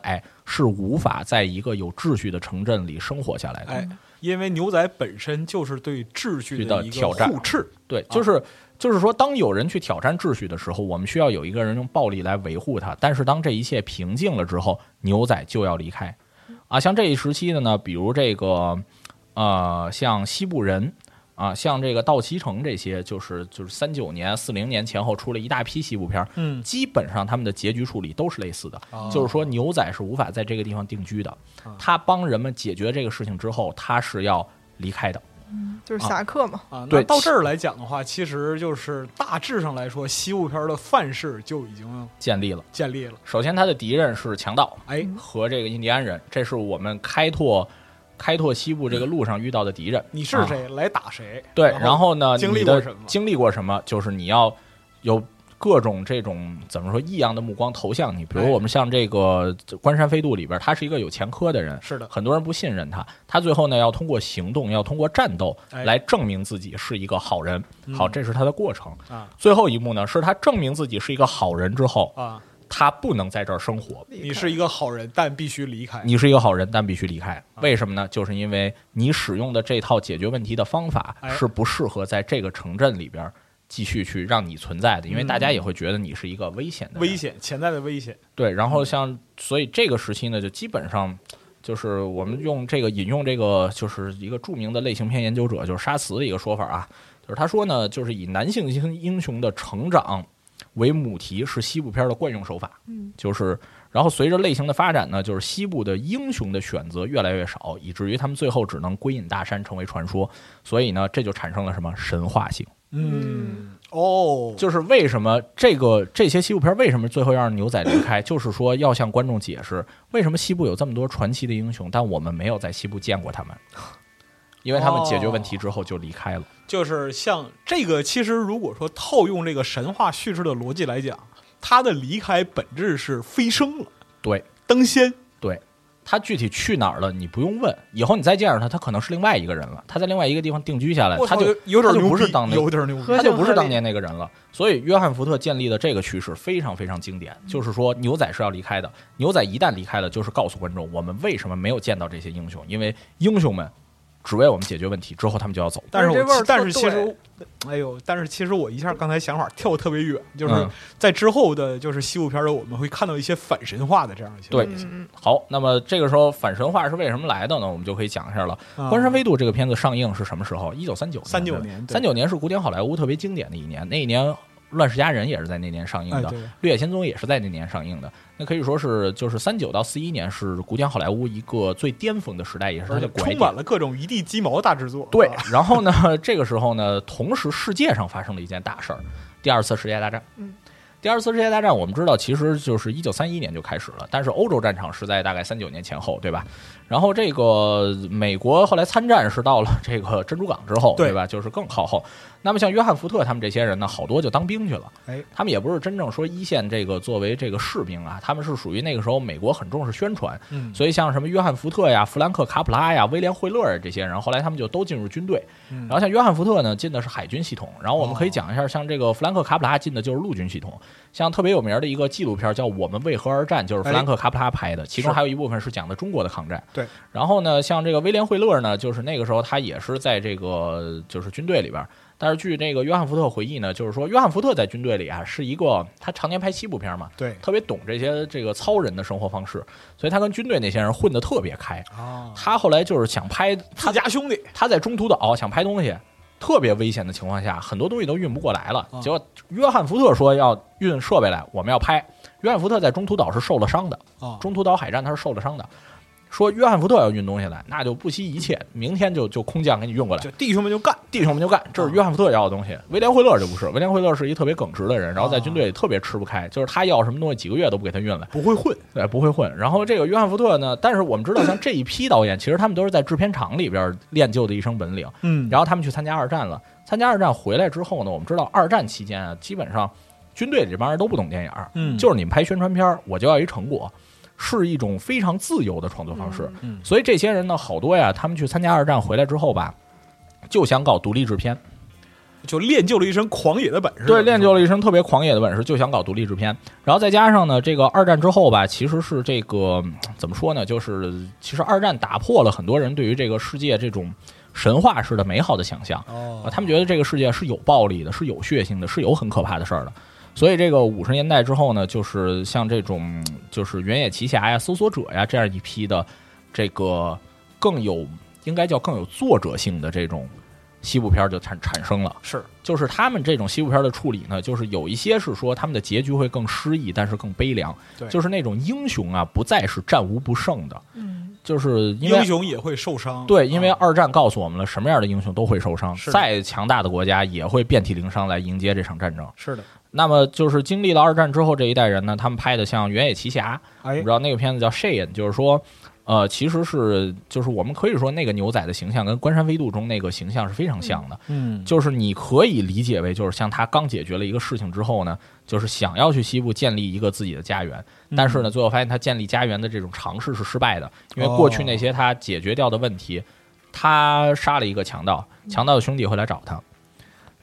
D: 是无法在一个有秩序的城镇里生活下来的。
B: 哎，因为牛仔本身就是对秩序的
D: 的
B: 一个
D: 挑战
B: 互斥，
D: 对，就是就是说，当有人去挑战秩序的时候，我们需要有一个人用暴力来维护它。但是当这一切平静了之后，牛仔就要离开。啊，像这一时期的呢，比如这个呃，像西部人啊，像这个道奇城这些，就是就是三九年、四零年前后出了一大批西部片儿，
B: 嗯
D: 基本上他们的结局处理都是类似的，就是说牛仔是无法在这个地方定居的，他帮人们解决这个事情之后，他是要离开的。
C: 就是侠客嘛，
B: 啊，那
D: 对
B: 到
D: 其
B: 这儿来讲的话，其实就是大致上来说，西部片的范式就已经
D: 建立了，
B: 建立了。
D: 首先他的敌人是强盗，
B: 哎，
D: 和这个印第安人，这是我们开拓开拓西部这个路上遇到的敌人。
B: 你是
D: 啊
B: 谁来打谁？
D: 对，然后呢，
B: 经历
D: 你的
B: 过什么
D: 经历过什么？就是你要有各种这种怎么说异样的目光投向你。比
B: 哎
D: 如我们像这个《关山飞渡》里边，他是一个有前科的人，
B: 是的
D: 很多人不信任他，他最后呢要通过行动，要通过战斗
B: 哎嗯
D: 来证明自己是一个好人。好，这是他的过程。
B: 啊
D: 最后一幕呢，是他证明自己是一个好人之后，
B: 啊，
D: 他不能在这儿生活，
C: 离
B: 你
C: 开
B: 是一个好人，但必须离开。啊
D: 你是一个好人，但必须离开。为什么呢？就是因为你使用的这套解决问题的方法
B: 哎
D: 是不适合在这个城镇里边继续去让你存在的，因为大家也会觉得你是一个危险的人
B: 危。险，潜在的危险。
D: 对，然后像所以这个时期呢，就基本上就是我们用这个引用这个就是一个著名的类型片研究者就是沙茨的一个说法啊，就是他说呢，就是以男性英英雄的成长为母题是西部片的惯用手法，嗯，就是然后随着类型的发展呢，就是西部的英雄的选择越来越少，以至于他们最后只能归隐大山成为传说，所以呢，这就产生了什么神话性。
B: 嗯，哦，
D: 就是为什么这个这些西部片为什么最后要让牛仔离开， (coughs) 就是说要向观众解释为什么西部有这么多传奇的英雄，但我们没有在西部见过他们，因为他们解决问题之后就离开了。
B: 就是像这个，其实如果说套用这个神话叙事的逻辑来讲，他的离开本质是飞升了，
D: 对
B: 登仙。
D: 对，他具体去哪儿了，你不用问，以后你再见着他，他可能是另外一个人了，他在另外一个地方定居下来
B: 我，
D: 他
B: 操
D: 哎就
B: 有点
D: 他就
B: 牛
D: 不是
B: 逼
D: 当，年
B: 有点牛逼
C: 合
D: 他
C: 情
D: 就不
C: 合
D: 是当
C: 理
D: 年那个人了。所以约翰福特建立的这个叙事非常非常经
B: 嗯
D: 典，就是说牛仔是要离开的，牛仔一旦离开了，就是告诉观众我们为什么没有见到这些英雄，因为英雄们只为我们解决问题，之后他们就要走。
B: 但是
C: 这味
B: 我
C: 儿
B: 但
C: 特
B: 是其
C: 对
B: 实，哎呦，但是其实我一下刚才想法跳得特别远，就是
D: 嗯
B: 在之后的就是西部片儿的，我们会看到一些反神话的这样一些
D: 对
B: 东西，
C: 嗯
D: 好，那么这个时候反神话是为什么来的呢？我们就可以讲一下了。
B: 啊
D: 《关山飞渡》这个片子上映是什么时候？一九三九
B: 39年对
D: 三九年是古典好莱坞特别经典的一年，那一年《乱世佳人》也是在那年上映的，
B: 哎对
D: 《绿野仙踪》也是在那年上映的。那可以说是就是三九到四一年是古典好莱坞一个最巅峰的时代，也是它
B: 而且
D: 的拐
B: 充
D: 点
B: 满。了各种一地鸡毛大制作。
D: 对
B: 啊，
D: 然后呢，这个时候呢，同时世界上发生了一件大事儿，第二次世界大战。
C: 嗯，
D: 第二次世界大战我们知道，其实就是一九三一年就开始了，但是欧洲战场是在大概三九年前后，对吧？然后这个美国后来参战是到了这个珍珠港之后，
B: 对
D: 对吧？就是更靠后。那么像约翰福特他们这些人呢，好多就当兵去了。
B: 哎，
D: 他们也不是真正说一线这个作为这个士兵啊，他们是属于那个时候美国很重视宣传，
B: 嗯
D: 所以像什么约翰福特呀、弗兰克卡普拉呀、威廉惠勒呀这些人，后来他们就都进入军队。
B: 嗯
D: 然后像约翰福特呢，进的是海军系统。然后我们可以讲一下，像这个弗兰克卡普拉进的就是陆军系统。像特别有名的一个纪录片叫《我们为何而战》，就是弗兰克卡普拉拍的，其中还有一部分是讲的中国的抗战。
B: 对，
D: 然后呢，像这个威廉惠勒呢，就是那个时候他也是在这个就是军队里边儿。但是据那个约翰福特回忆呢，就是说约翰福特在军队里啊是一个他常年拍西部片嘛，
B: 对
D: 特别懂这些这个糙人的生活方式，所以他跟军队那些人混得特别开。
B: 啊，
D: 他后来就是想拍
B: 自
D: 他
B: 家兄弟
D: 他在中途岛想拍东西，特别危险的情况下，很多东西都运不过来
B: 哦
D: 了。结果约翰福特说要运设备来，我们要拍。约翰福特在中途岛是受了伤的，
B: 啊，
D: 中途岛海战他是受了伤的。说约翰福特要运东西来，那就不惜一切，明天就就空降给你运过来。
B: 就哦弟兄们就干，
D: 弟兄们就干，这是约翰福特要的东西。威廉惠勒就不是，威廉惠勒是一特别耿直的人，然
B: 哦
D: 后在军队里特别吃不开，就是他要什么东西几个月都不给他运来，
B: 不会混，
D: 对，不会混。然后这个约翰福特呢，但是我们知道，像这一批导演，其实他们都是在制片厂里边练就的一身本领，
B: 嗯
D: 然后他们去参加二战了。参加二战回来之后呢，我们知道二战期间啊，基本上军队里这帮人都不懂电影儿，
B: 嗯
D: 就是你们拍宣传片儿，我就要一成果，是一种非常自由的创作方式。
B: 嗯嗯
D: 所以这些人呢，好多呀，他们去参加二战回来之后吧，就想搞独立制片，
B: 就练就了一身狂野的本事，
D: 对，练就了一身特别狂野的本事，就想搞独立制片。然后再加上呢，这个二战之后吧，其实是这个嗯怎么说呢？就是其实二战打破了很多人对于这个世界这种神话式的美好的想象。啊，
B: 哦，
D: 他们觉得这个世界是有暴力的，是有血腥的，是有很可怕的事儿的。所以这个五十年代之后呢，就是像这种嗯就是《原野奇侠》呀、《搜索者呀》这样一批的这个更有应该叫更有作者性的这种西部片儿就产产生了。
B: 是
D: 就是他们这种西部片的处理呢，就是有一些是说他们的结局会更诗意，但是更悲凉。
B: 对
D: 就是那种英雄啊，不再是战无不胜的，
C: 嗯，
D: 就是因为
B: 英雄也会受伤，
D: 对，因为
B: 啊
D: 二战告诉我们了，什么样的英雄都会受伤
B: 是，的
D: 再强大的国家也会遍体鳞伤来迎接这场战争。
B: 是的，
D: 那么就是经历了二战之后这一代人呢，他们拍的像《原野奇侠》，我
B: 哎
D: 们知，道那个片子叫《Shane》，就是说，呃，其实是就是我们可以说那个牛仔的形象跟《关山飞渡》中那个形象是非常像的。
B: 嗯，
D: 就是你可以理解为，就是像他刚解决了一个事情之后呢，就是想要去西部建立一个自己的家园，但是呢，最后发现他建立家园的这种尝试是失败的，因为过去那些他解决掉的问题，他杀了一个强盗，强盗的兄弟会来找他，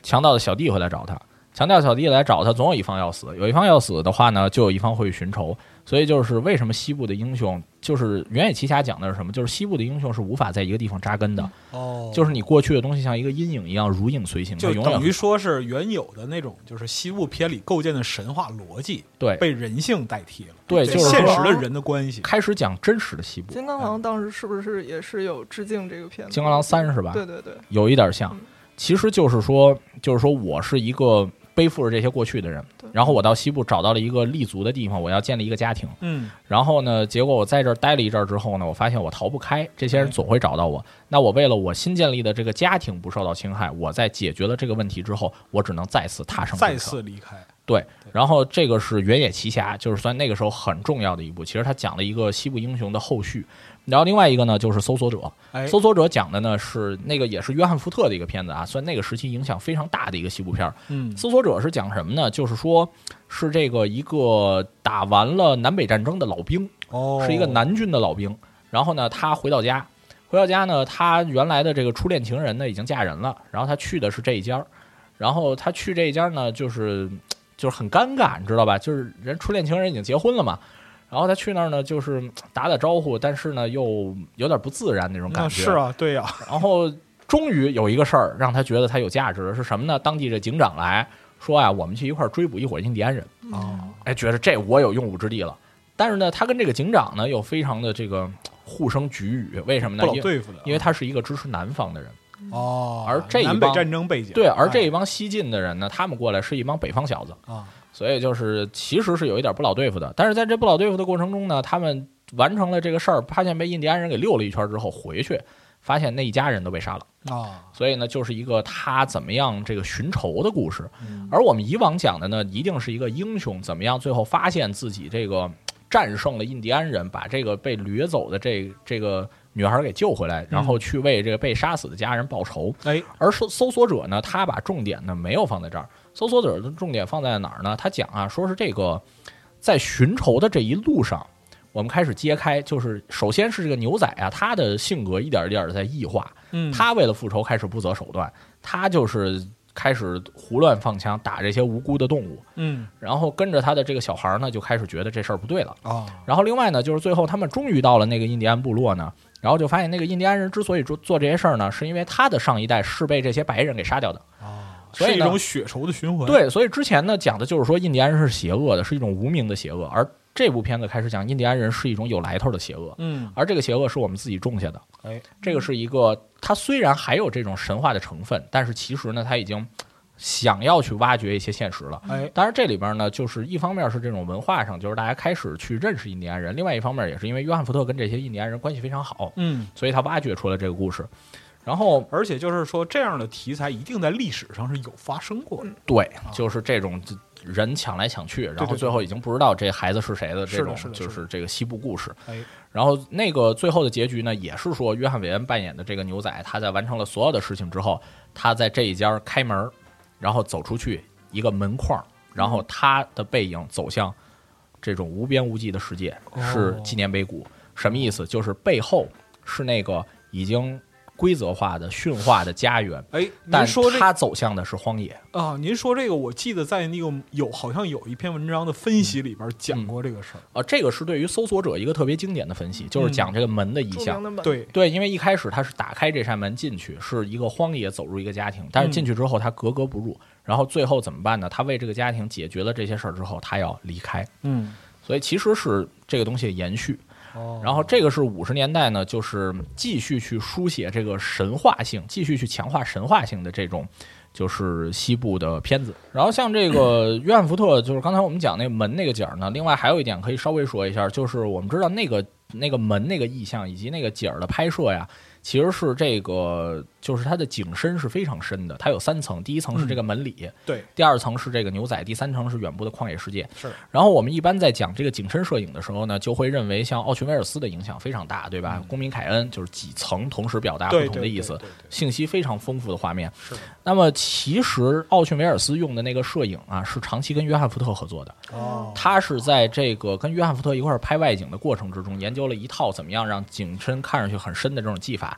D: 强盗的小弟会来找他，强盗小弟来找他，总有一方要死，有一方要死的话呢，就有一方会寻仇，所以就是为什么西部的英雄，就是《原野奇侠》讲的是什么？就是西部的英雄是无法在一个地方扎根的，
B: 哦，
D: 就是你过去的东西像一个阴影一样如影随形，它
B: 就
D: 永
B: 等于
D: 远
B: 说是原有的那种，就是西部片里构建的神话逻辑
D: 对
B: 被人性代替了，
D: 对
B: 这
D: 就是
B: 现
C: 说
B: 实的人的关系。
D: 开始讲真实的西部。
C: 金刚狼当时是不是也是有致敬这个片子？
D: 金刚狼三是吧？
C: 对对对，
D: 有一点像
C: 嗯，
D: 其实就是说，就是说我是一个背负着这些过去的人
C: 对，
D: 然后我到西部找到了一个立足的地方，我要建立一个家庭。
B: 嗯，
D: 然后呢，结果我在这儿待了一阵儿之后呢，我发现我逃不开，这些人总会找到
B: 嗯
D: 我。那我为了我新建立的这个家庭不受到侵害，我在解决了这个问题之后，我只能再次踏上
B: 再
D: 这条
B: 次离开，
D: 对，然后这个是《原野奇侠》，就是算那个时候很重要的一部。其实它讲了一个西部英雄的后续。然后另外一个呢，就是《搜索者》。
B: 哎，
D: 搜索者》讲的呢是那个也是约翰·福特的一个片子啊，算那个时期影响非常大的一个西部片儿。
B: 嗯
D: 《搜索者》是讲什么呢？就是说，是这个一个打完了南北战争的老兵，
B: 哦，
D: 是一个南军的老兵。然后呢，他回到家，回到家呢，他原来的这个初恋情人呢已经嫁人了，然后他去的是这一家儿，然后他去这一家儿呢，就是就是很尴尬，你知道吧？就是人初恋情人已经结婚了嘛。然后他去那儿呢，就是打打招呼，但是呢又有点不自然那种感
B: 那
D: 觉。
B: 是啊，对呀，
D: 然后终于有一个事儿让他觉得他有价值是什么呢？当地这警长来说啊，我们去一块儿追捕一伙印第安人。
C: 嗯
B: 哦，
D: 哎，觉得这我有用武之地了。但是呢，他跟这个警长呢又非常的这个嗯互生局语，为什么
B: 不
D: 呢？
B: 老
D: 因为
B: 对啊付的，
D: 因为他是一个支持南方的人，
B: 哦，
D: 而这一
B: 南
D: 帮
B: 北战争背景，
D: 对，而这一
B: 哎
D: 帮西进的人呢，他们过来是一帮北方小子，
B: 啊，
D: 所以就是其实是有一点不老对付的。但是在这不老对付的过程中呢，他们完成了这个事儿，发现被印第安人给溜了一圈之后回去，发现那一家人都被杀了。
B: 啊，
D: 所以呢，就是一个他怎么样这个寻仇的故事。而我们以往讲的呢，一定是一个英雄怎么样最后发现自己这个战胜了印第安人，把这个被掠走的这这个女孩给救回来，然后去为这个被杀死的家人报仇。
B: 哎，
D: 而搜搜索者呢，他把重点呢没有放在这儿，搜索者的重点放在哪儿呢？他讲啊，说是这个在寻仇的这一路上，我们开始揭开，就是首先是这个牛仔啊，他的性格一点一点的在异化，
B: 嗯
D: 他为了复仇开始不择手段，他就是开始胡乱放枪打这些无辜的动物，
B: 嗯
D: 然后跟着他的这个小孩儿呢，就开始觉得这事儿不对了。
B: 啊，
D: 然后另外呢，就是最后他们终于到了那个印第安部落呢，然后就发现那个印第安人之所以做做这些事儿呢，是因为他的上一代是被这些白人给杀掉的。所以
B: 是一
D: 呢
B: 种血仇的循环。，
D: 对，所以之前呢讲的就是说印第安人是邪恶的，是一种无名的邪恶，而这部片子开始讲印第安人是一种有来头的邪恶，
B: 嗯
D: 而这个邪恶是我们自己种下的。
B: 哎，
D: 这个是一个，它虽然还有这种神话的成分，但是其实呢，它已经想要去挖掘一些现实了。
B: 哎，
D: 当然，这里边呢，就是一方面是这种文化上，就是大家开始去认识印第安人；，另外一方面也是因为约翰福特跟这些印第安人关系非常好，
B: 嗯，
D: 所以他挖掘出了这个故事。然后，
B: 而且就是说，这样的题材一定在历史上是有发生过的。
D: 对，就是这种人抢来抢去，然
B: 啊对
D: 后
B: 对
D: 最后已经不知道这孩子是谁的这
B: 是的
D: 种
B: 是，的
D: 就是是这个西部故事。
B: 哎，
D: 然后那个最后的结局呢，也是说约翰·韦恩扮演的这个牛仔，他在完成了所有的事情之后，他在这一家开门，然后走出去一个门框，然后他的背影走向这种无边无际的世界，
B: 哦
D: 是纪念碑谷。什么意思？就是背后是那个已经规则化的驯化的家园，
B: 哎，
D: 但
B: 您说这
D: 他走向的是荒野。
B: 啊，您说这个，我记得在那个有好像有一篇文章的分析里边讲过这个事儿。
D: 啊，这个是对于搜索者一个特别经典的分析，就是讲这个门的意
C: 著
D: 象
C: 名。的门，，
B: 对，
D: 对，因为一开始他是打开这扇门进去，是一个荒野走入一个家庭，但是进去之后他格格不入，然后最后怎么办呢？他为这个家庭解决了这些事儿之后，他要离开，
B: 嗯，
D: 所以其实是这个东西的延续。
B: 哦，
D: 然后这个是五十年代呢，就是继续去书写这个神话性，继续去强化神话性的这种，就是西部的片子。然后像这个约翰福特，就是刚才我们讲那个门那个景儿呢，另外还有一点可以稍微说一下，就是我们知道那个那个门那个意象以及那个景儿的拍摄呀。其实是这个，就是它的景深是非常深的，它有三层，第一层是这个门里，
B: 对，
D: 第二层是这个牛仔，第三层是远部的旷野世界。
B: 是。
D: 然后我们一般在讲这个景深摄影的时候呢，就会认为像奥群威尔斯的影响非常大，对吧？公民凯恩就是几层同时表达
B: 嗯
D: 不
B: 对
D: 同的意思
B: 对对对对，
D: 信息非常丰富的画面。
B: 是
D: 那么其实奥群威尔斯用的那个摄影啊，是长期跟约翰福特合作的。
B: 哦，
D: 他是在这个跟约翰福特一块儿拍外景的过程之中，研究了一套怎么样让景深看上去很深的这种技法。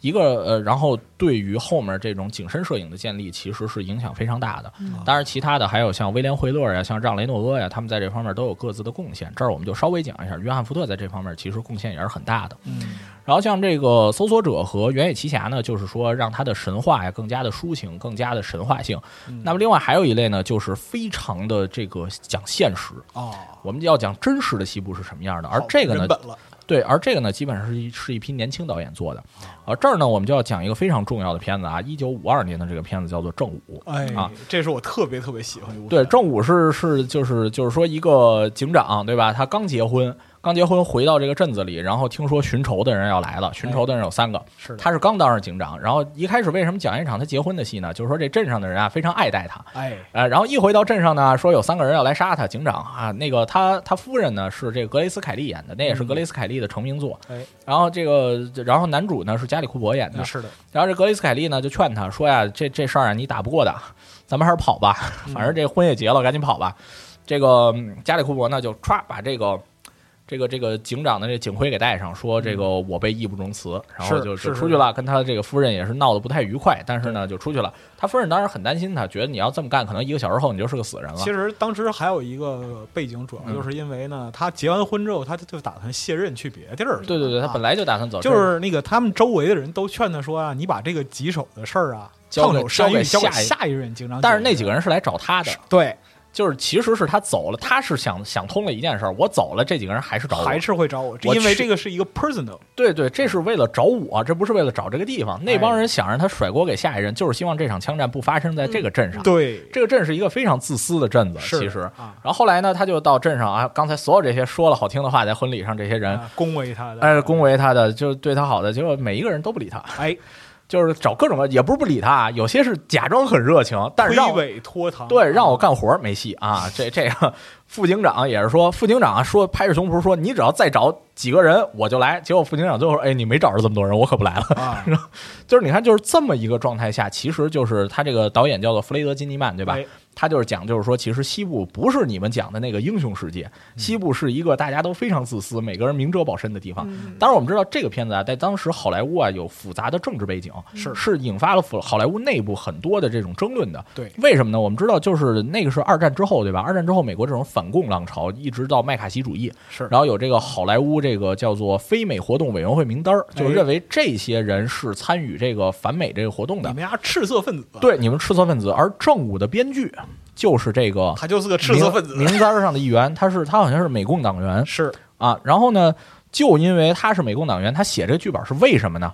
D: 一个呃，然后对于后面这种景深摄影的建立，其实是影响非常大的。当然，其他的还有像威廉惠勒呀、像让雷诺阿呀，他们在这方面都有各自的贡献。这儿我们就稍微讲一下，约翰福特在这方面其实贡献也是很大的。
B: 嗯
D: 然后像这个搜索者和原野奇侠呢，就是说让它的神话呀更加的抒情，更加的神话性。那么另外还有一类呢，就是非常的这个讲现实。
B: 哦，
D: 我们要讲真实的西部是什么样的，而
B: 好
D: 这个呢
B: 人，本了，
D: 对，而这个呢，基本上是一是一批年轻导演做的。
B: 啊
D: 而这儿呢，我们就要讲一个非常重要的片子啊，一九五二年的这个片子叫做《正午》。
B: 哎
D: 啊，
B: 这是我特别特别喜欢的一部
D: 对，
B: 片。
D: 正午是是就是就是说一个警长对吧？他刚结婚，刚结婚回到这个镇子里，然后听说寻仇的人要来了，寻仇的人有三个，
B: 是的，
D: 他是刚当上警长，然后一开始为什么讲一场他结婚的戏呢？就是说这镇上的人啊非常爱戴他，
B: 哎，
D: 呃，然后一回到镇上呢，说有三个人要来杀他。警长啊，那个他他夫人呢是这个格雷斯凯利演的，那也是格雷斯凯利的成名作。
B: 哎，嗯
D: 然后这个然后男主呢是加里库珀演的，
B: 是的，
D: 然后这格雷斯凯利呢就劝他说呀，这这事儿啊你打不过的，咱们还是跑吧，
B: 嗯
D: 反正这婚也结了，赶紧跑吧。这个嗯加里库珀呢就歘把这个。这个这个警长的这警徽给带上，说这个我被义不容辞，然后
B: 嗯是
D: 就是就是出去了，跟他这个夫人也是闹得不太愉快，但是呢就出去了。他夫人当然很担心他，觉得你要这么干，可能一个小时后你就是个死人了。
B: 其实当时还有一个背景，主要
D: 嗯
B: 就是因为呢，他结完婚之后，他就打算卸任去别地儿了。
D: 对对对，他
B: 啊
D: 本来就打算走，
B: 就
D: 这
B: 是那个他们周围的人都劝他说啊，你把这个棘手的事儿啊，
D: 交
B: 烫
D: 给
B: 手山芋
D: 交
B: 交
D: 给
B: 给
D: 下一
B: 下一任警长。
D: 但是那几个人是来找他的，
B: 对，
D: 就是其实是他走了，他是想想通了一件事儿，我走了，这几个人还是找我，
B: 还是会找我，这
D: 我
B: 因为
D: 去
B: 这个是一个 personal，
D: 对对，这是
B: 嗯
D: 为了找我，这不是为了找这个地方。那
B: 哎
D: 帮人想让他甩锅给下一任，就是希望这场枪战不发生在这个镇上。
B: 嗯对，
D: 啊这个镇是一个非常自私的镇子，
B: 是
D: 其实。
B: 啊
D: 然后后来呢，他就到镇上啊，刚才所有这些说了好听的话，在婚礼上这些人，
B: 啊恭维他的，
D: 嗯哎，恭维他的，就是对他好的，结果每一个人都不理他，
B: 哎，
D: 就是找各种各，也不是不理他，啊，有些是假装很热情，但是让
B: 推
D: 我
B: 诿拖堂，
D: 啊对让我干活儿没戏啊。这这个副警长也是说，副警长啊说拍着胸脯说，你只要再找几个人我就来。结果副警长最后说，哎，你没找着这么多人，我可不来了。 (laughs)
B: 啊，
D: 就是你看，就是这么一个状态下，其实就是他这个导演叫做弗雷德金尼曼，对吧？
B: 哎
D: 他就是讲，就是说，其实西部不是你们讲的那个英雄世界，西部是一个大家都非常自私，每个人明哲保身的地方。嗯
C: 嗯
D: 当然，我们知道这个片子啊，在当时好莱坞啊有复杂的政治背景，是是引发了好莱坞内部很多的这种争论的。
B: 对
D: 为什么呢？我们知道，就是那个是二战之后，对吧？二战之后，美国这种反共浪潮一直到麦卡锡主义，
B: 是
D: 然后有这个好莱坞这个叫做非美活动委员会名单儿，就
B: 哎
D: 认为这些人是参与这个反美这个活动
B: 你
D: 的
B: 们，家赤色分子，，啊
D: 对你们赤色分子。而正午的编剧就是这个
B: 他就是个赤色分子，
D: 名名单儿上的一员，他是他好像是美共党员
B: 是
D: 啊。然后呢，就因为他是美共党员，他写这个剧本是为什么呢？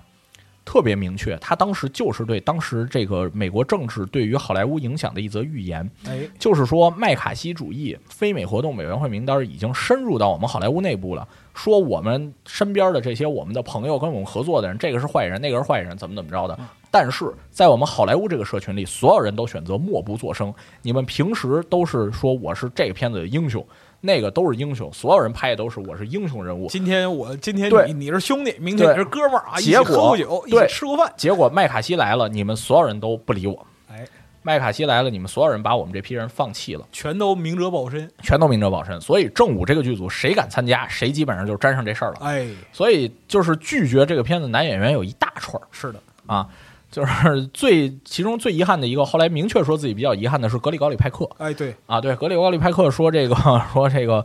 D: 特别明确，他当时就是对当时这个美国政治对于好莱坞影响的一则预言。
B: 哎，
D: 就是说麦卡锡主义非美活动委员会名单已经深入到我们好莱坞内部了，说我们身边的这些我们的朋友跟我们合作的人，这个是坏人，那个是坏人，怎么怎么着的。但是在我们好莱坞这个社群里，所有人都选择默不作声。你们平时都是说我是这个片子的英雄，那个都是英雄，所有人拍的都是我是英雄人物。
B: 今天我今天
D: 对
B: 你你是兄弟，明天你是哥们儿啊，一起
D: 结果
B: 喝过酒，一起
D: 对
B: 吃过饭，
D: 结果麦卡锡来了，你们所有人都不理我。
B: 哎，
D: 麦卡锡来了，你们所有人把我们这批人放弃了。
B: 全都明哲保身，
D: 全都明哲保身，所以正午这个剧组谁敢参加，谁基本上就沾上这事儿了。
B: 哎，
D: 所以就是拒绝这个片子男演员有一大串儿
B: 是的，
D: 啊，就是最其中最遗憾的一个，后来明确说自己比较遗憾的是格里高里派克
B: 哎，对，
D: 啊，对，格里高里派克说这个说这个，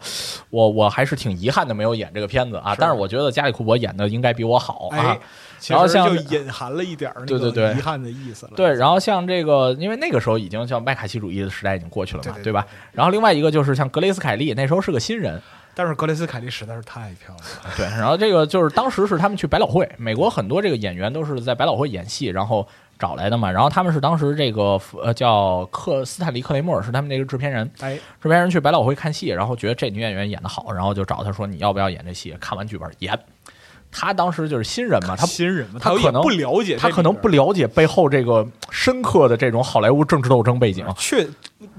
D: 我我还是挺遗憾的没有演这个片子啊，但是我觉得加里库伯演的应该比我好啊。
B: 哎，其
D: 然后
B: 实
D: 像
B: 就隐含了一点儿那
D: 对对
B: 个
D: 对
B: 遗憾的意思了，
D: 对，然后像这个，因为那个时候已经像麦卡锡主义的时代已经过去了嘛，
B: 对对对
D: 吧？然后另外一个就是像格雷斯凯利，那时候是个新人，
B: 但是格雷斯凯利实在是太漂亮了，
D: 对，然后这个就是当时是他们去百老汇，美国很多这个演员都是在百老汇演戏，然后找来的嘛。然后他们是当时这个呃叫克斯坦利克雷默尔是他们那个制片人，
B: 哎，
D: 制片人去百老汇看戏，然后觉得这女演员演得好，然后就找她说你要不要演这戏？看完剧本演。她当时就是新人嘛，她
B: 新人嘛，
D: 他
B: 有
D: 可
B: 也
D: 能
B: 不了解这里边儿，
D: 她可能不了解背后这个深刻的这种好莱坞政治斗争背景，
B: 确，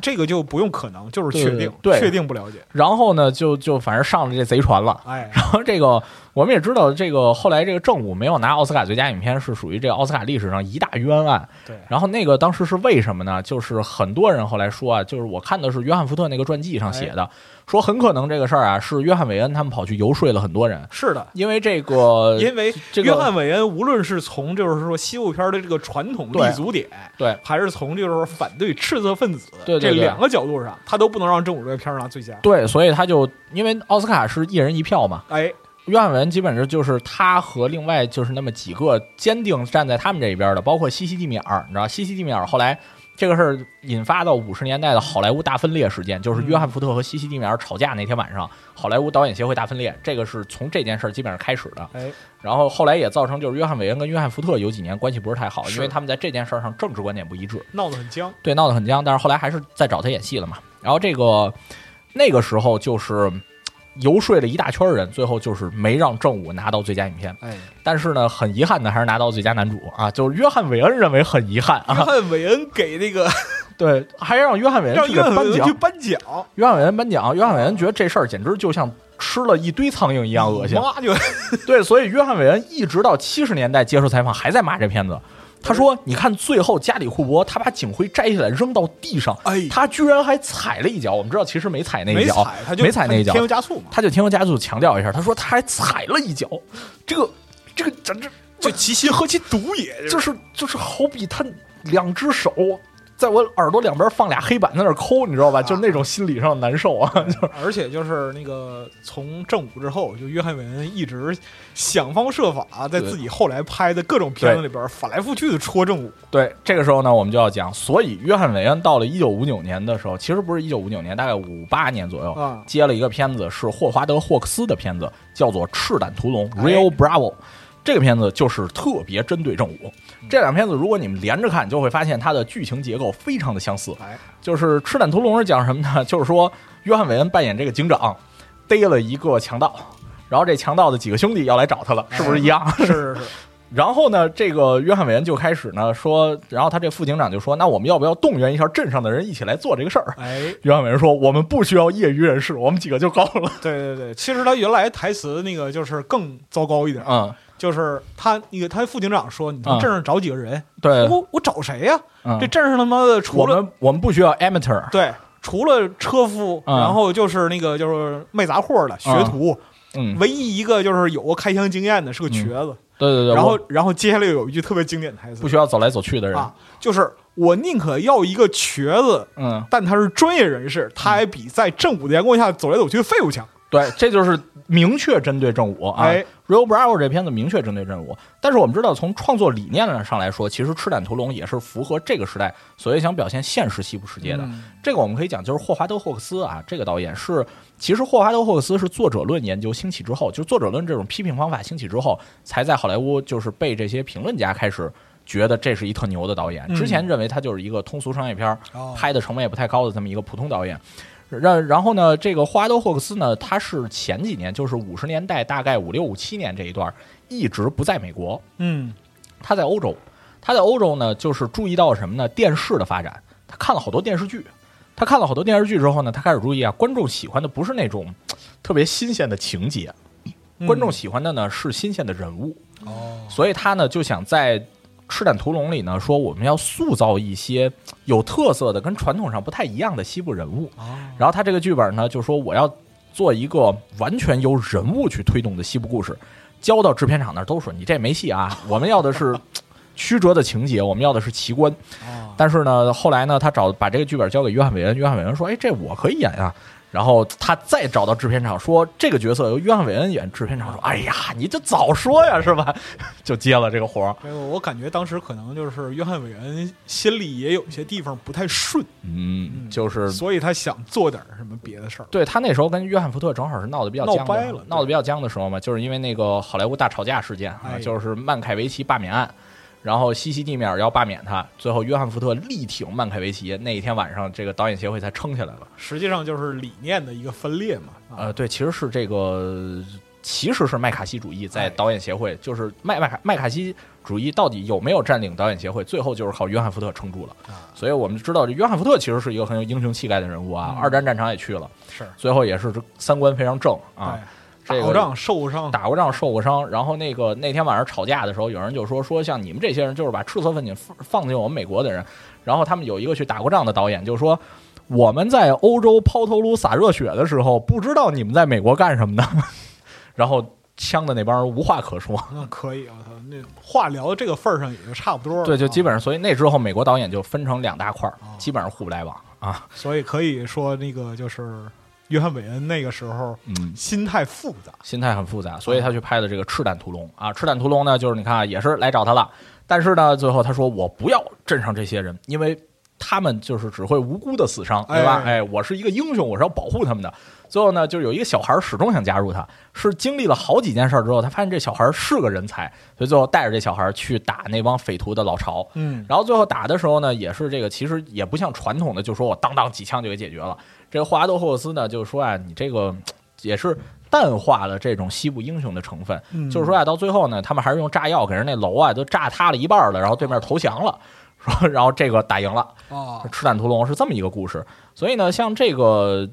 B: 这个就不用可能，就是确定，
D: 对对
B: 确定不了解，
D: 然后呢就就反正上了这贼船了。
B: 哎，
D: 然后 (laughs) 这个我们也知道，这个后来这个正午没有拿奥斯卡最佳影片，是属于这个奥斯卡历史上一大冤案。
B: 对，
D: 然后那个当时是为什么呢？就是很多人后来说啊，就是我看的是约翰福特那个传记上写
B: 哎
D: 的，说很可能这个事儿啊是约翰韦恩他们跑去游说了很多人，
B: 是的。
D: 因为这个
B: 因为
D: 呃这个
B: 约翰·韦恩无论是从就是说西部片的这个传统
D: 对
B: 立足点，
D: 对
B: 还是从就是说反对赤色分子
D: 对对对
B: 这两个角度上，他都不能让正午这个片儿拿最佳。
D: 对，所以他就因为奥斯卡是一人一票嘛，
B: 哎，
D: 约翰韦恩基本上就是他和另外就是那么几个坚定站在他们这一边的，包括西西蒂米尔，你知道西西蒂米尔后来这个事儿引发到五十年代的好莱坞大分裂事件，就是约翰福特和西西蒂米尔吵架那天晚上，好莱坞导演协会大分裂，这个是从这件事儿基本上开始的。
B: 哎，
D: 然后后来也造成就是约翰韦恩跟约翰福特有几年关系不是太好，
B: 是
D: 因为他们在这件事儿上政治观点不一致。
B: 闹得很僵。
D: 对，闹得很僵，但是后来还是再找他演戏了嘛。然后这个那个时候就是嗯游说了一大圈人，最后就是没让正午拿到最佳影片。
B: 哎，
D: 但是呢，很遗憾的还是拿到最佳男主啊，就是约翰·韦恩认为很遗憾
B: 约
D: 啊，
B: 翰·韦恩给那个
D: 对，还让约翰·韦恩
B: 让
D: 去
B: 约
D: 给
B: 翰·
D: 哎颁
B: 韦恩去
D: 奖，
B: 颁奖，
D: 约翰·韦恩颁奖，约翰·韦恩觉得这事儿简直就像。吃了一堆苍蝇一样恶心，
B: 妈就
D: (laughs) 对，所以约翰·韦恩一直到七十年代接受采访还在骂这片子。他说：“你看，最后加里库伯他把警徽摘下来扔到地上，
B: 哎
D: 他居然还踩了一脚。我们知道其实没踩那一
B: 没
D: 脚，
B: 踩，他就
D: 没踩那一脚
B: 添油加醋嘛，
D: 他就添油加醋强调一下，他说他还踩了一脚，这个这个简直
B: 就其心何其毒也，
D: 就是就是好比他两只手在我耳朵两边放俩黑板在那儿抠，你知道吧？就是那种心理上难受啊。
B: 哎而且就是那个从正午之后，就约翰韦恩一直想方设法在自己后来拍的各种片子里边反来覆去的戳正午，
D: 对，这个时候呢，我们就要讲，所以约翰·韦恩到了一九五九年的时候，其实不是一九五九年，大概五八年左右，
B: 啊
D: 接了一个片子，是霍华德·霍克斯的片子，叫做《赤胆屠龙》（Real
B: 哎
D: Bravo）。这个片子就是特别针对正午。
B: 嗯
D: 这两片子如果你们连着看，就会发现它的剧情结构非常的相似。
B: 哎，
D: 就是《赤胆屠龙》是讲什么呢？就是说，约翰·韦恩扮演这个警长，逮了一个强盗，然后这强盗的几个兄弟要来找他了，是不是一样？
B: 是
D: (laughs)
B: 是是，
D: 然后呢，这个约翰·韦恩就开始呢说，然后他这副警长就说：“那我们要不要动员一下镇上的人一起来做这个事儿
B: 哎？”，
D: 约翰·韦恩说：“我们不需要业余人士，我们几个就够
B: (laughs)
D: 了。
B: 对对对，其实他原来台词那个就是更糟糕一”点，
D: 嗯，
B: 就是他那个他副警长说：“你从
D: 嗯
B: 镇上找几个人，
D: 对，
B: 我我找谁呀、
D: 嗯
B: 这镇上他妈的
D: 我
B: 除了
D: 们我们不需要 amateur，
B: 对。”除了车夫，
D: 嗯
B: 然后就是那个就是卖杂货的
D: 啊
B: 学徒，
D: 嗯，
B: 唯一一个就是有过开枪经验的是个瘸子。
D: 对嗯对对，
B: 然后
D: 我，
B: 然后接下来有一句特别经典的台词
D: 不需要走来走去的人，
B: 啊，就是我宁可要一个瘸子，
D: 嗯，
B: 但他是专业人士，他还比在正午的阳光下走来走去的废物强。
D: 对，这就是明确针对正午啊。
B: 哎
D: Real Bravo》这片子明确针对正午，但是我们知道，从创作理念上来说，其实《赤胆屠龙》也是符合这个时代所谓想表现现实西部世界的。
B: 嗯
D: 这个我们可以讲，就是霍华德·霍克斯啊，这个导演是，其实霍华德·霍克斯是作者论研究兴起之后，就是作者论这种批评方法兴起之后，才在好莱坞就是被这些评论家开始觉得这是一特牛的导演。
B: 嗯
D: 之前认为他就是一个通俗商业片儿，
B: 哦
D: 拍的成本也不太高的这么一个普通导演。让然后呢，这个霍华德·霍克斯呢，他是前几年，就是五十年代大概五六五七年这一段儿，一直不在美国，
B: 嗯，
D: 他在欧洲，他在欧洲呢，就是注意到什么呢？电视的发展，他看了好多电视剧，他看了好多电视剧之后呢，他开始注意啊，观众喜欢的不是那种嘖特别新鲜的情节，
B: 嗯
D: 观众喜欢的呢是新鲜的人物，哦，所以他呢就想在《赤胆屠龙》里呢说，我们要塑造一些嘖有特色的、跟传统上不太一样的西部人物。然后他这个剧本呢，就说我要做一个完全由人物去推动的西部故事，交到制片厂那儿都说你这没戏啊，我们要的是曲折的情节，我们要的是奇观。但是呢，后来呢，他找把这个剧本交给约翰·韦恩，约翰·韦恩说：“哎，这我可以演啊。”然后他再找到制片厂说这个角色由约翰·韦恩演，制片厂说：“哎呀，你就早说呀，是吧？” (laughs) 就接了这个活儿。
B: 这个我感觉当时可能就是约翰·韦恩心里也有些地方不太顺，
D: 嗯，就是
B: 所以他想做点什么别的事儿。
D: 对他那时候跟约翰福特正好是闹得比较僵的
B: 闹掰了对
D: 闹得比较僵的时候嘛，就是因为那个好莱坞大吵架事件啊，
B: 哎
D: 就是曼凯维奇罢免案，然后西西蒂米尔要罢免他，最后约翰福特力挺曼凯维奇，那一天晚上这个导演协会才撑起来了。
B: 实际上就是理念的一个分裂嘛。啊，
D: 呃，对，其实是这个，其实是麦卡锡主义在
B: 哎
D: 导演协会，就是麦麦卡麦卡锡主义到底有没有占领导演协会，最后就是靠约翰福特撑住了。
B: 啊
D: 所以我们知道，这约翰福特其实是一个很有英雄气概的人物啊，
B: 嗯
D: 二战战场也去了，
B: 是
D: 最后也是三观非常正啊。这
B: 对，
D: 个
B: 打过仗受伤，
D: 打过仗受过伤，然后那个那天晚上吵架的时候，有人就说说像你们这些人就是把赤色愤青放放进我们美国的人，然后他们有一个去打过仗的导演就说。我们在欧洲抛头颅洒热血的时候，不知道你们在美国干什么呢？ (laughs) 然后枪的那帮人无话可说，
B: 那可以，我操，那话聊到这个份儿上也就差不多了。
D: 对，就
B: 啊
D: 基本上，所以那之后美国导演就分成两大块儿，基本上互不来往啊。
B: 所以可以说，那个就是约翰·韦恩那个时候
D: 嗯，
B: 心态复杂，
D: 心态很复杂，所以他去拍的这个《赤胆屠龙》啊，《赤胆屠龙》呢，就是你看啊也是来找他了，但是呢，最后他说我不要镇上这些人，因为他们就是只会无辜的死伤，对吧？
B: 哎
D: 哎，我是一个英雄，我是要保护他们的。最后呢，就有一个小孩始终想加入他，是经历了好几件事儿之后，他发现这小孩是个人才，所以最后带着这小孩去打那帮匪徒的老巢。
B: 嗯，
D: 然后最后打的时候呢，也是这个，其实也不像传统的，就说我当当几枪就给解决了。这个霍华德·霍克斯呢，就说啊，你这个也是淡化了这种西部英雄的成分，
B: 嗯
D: 就是说啊，到最后呢，他们还是用炸药给人那楼啊都炸塌了一半了，然后对面投降了， (laughs) 说然后这个打赢了。
B: 啊，
D: 赤胆屠龙》是这么一个故事。所以呢，像这个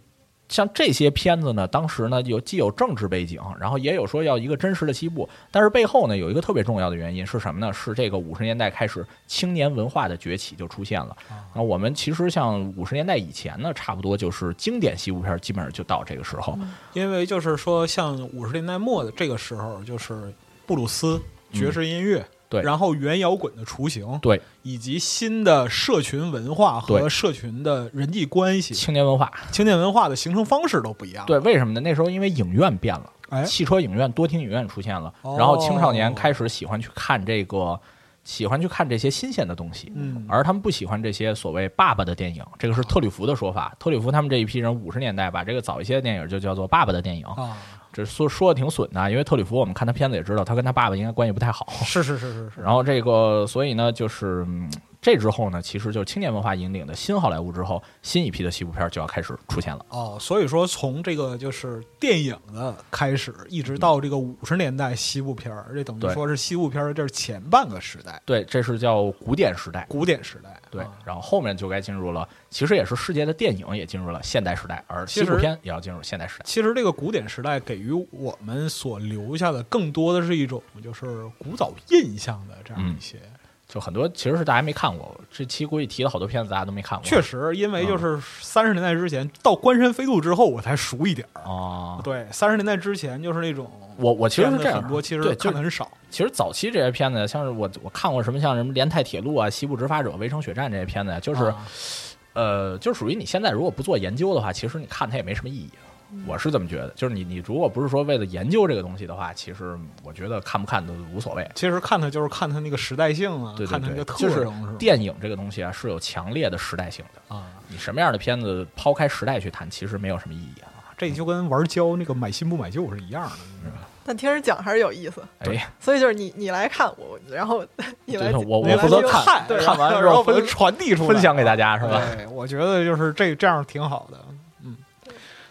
D: 像这些片子呢，当时呢有既有政治背景，然后也有说要一个真实的西部，但是背后呢有一个特别重要的原因是什么呢？是这个五十年代开始青年文化的崛起就出现了。那我们其实像五十年代以前呢，差不多就是经典西部片儿基本上就到这个时候。
B: 因为就是说，像五十年代末的这个时候，就是布鲁斯、爵士音乐、
D: 嗯对
B: 然后原摇滚的雏形，
D: 对，
B: 以及新的社群文化和
D: 对
B: 社群的人际关系、
D: 青年文化。
B: 青年文化的形成方式都不一样。，
D: 对，为什么呢？那时候因为影院变了，
B: 啊哎
D: 汽车影院、多厅影院出现了，
B: 哦
D: 然后青少年开始喜欢去看这个，喜欢去看这些新鲜的东西。
B: 嗯，
D: 而他们不喜欢这些所谓“爸爸的电影”，这个是特吕弗的说
B: 哦
D: 法。特吕弗他们这一批人，五十年代把这个早一些的电影就叫做“爸爸的电影”，
B: 啊，
D: 这说说的挺损的，因为特吕弗我们看他片子也知道，他跟他爸爸应该关系不太好。
B: 是是是是是，
D: 然后这个，所以呢，就是、嗯这之后呢，其实就是青年文化引领的新好莱坞之后，新一批的西部片就要开始出现了。
B: 哦，所以说从这个就是电影的开始，一直到这个五十年代西部片儿，这等于
D: 对
B: 说是西部片儿这是前半个时代，
D: 对，这是叫古典时代。
B: 古典时代。
D: 对
B: 啊，
D: 然后后面就该进入了，其实也是世界的电影也进入了现代时代，而
B: 其
D: 西
B: 实
D: 部片也要进入现代时代。
B: 其实这个古典时代给予我们所留下的，更多的是一种就是古早印象的这
D: 嗯
B: 样一些。
D: 就很多其实是大家没看过，这期估计提了好多片子大家都没看过。
B: 确实，因为就是
D: 嗯
B: 三十年代之前到关山飞渡之后，我才熟一点儿。
D: 啊，
B: 对，三十年代之前就是那种
D: 我我其实
B: 片
D: 是这
B: 子
D: 样，啊
B: 很多其实
D: 对，就
B: 看的
D: 是
B: 很少。
D: 其实早期这些片子，像是我我看过什么像什么《连泰铁路》啊、《西部执法者》《围城血战》这些片子，就是、
B: 啊
D: 呃，就属于你现在如果不做研究的话，其实你看它也没什么意义。啊我是这么觉得，就是你你如果不是说为了研究这个东西的话，其实我觉得看不看都无所谓。
B: 其实看它就是看它那个时代性啊，
D: 对对
B: 看它那个，
D: 对
B: 特
D: 就
B: 征
D: 是
B: 吧
D: 电影这个东西啊是有强烈的时代性的。
B: 啊。
D: 你什么样的片子抛开时代去谈，其实没有什么意义啊。
B: 这就跟玩胶那个买新不买旧是一样的，你知道吗？
C: 但听人讲还是有意思，
D: 哎，
C: 所以就是你你来看我，然后 (laughs) 你来
D: 对我我
C: 你来
D: 负责
C: 就
D: 看
C: 对，
D: 看完
B: 然
D: 之
B: 后
D: 后
B: 把它
D: 分
B: 传递出来，啊
D: 分享给大家是吧？
B: 对，我觉得就是这这样挺好的，嗯。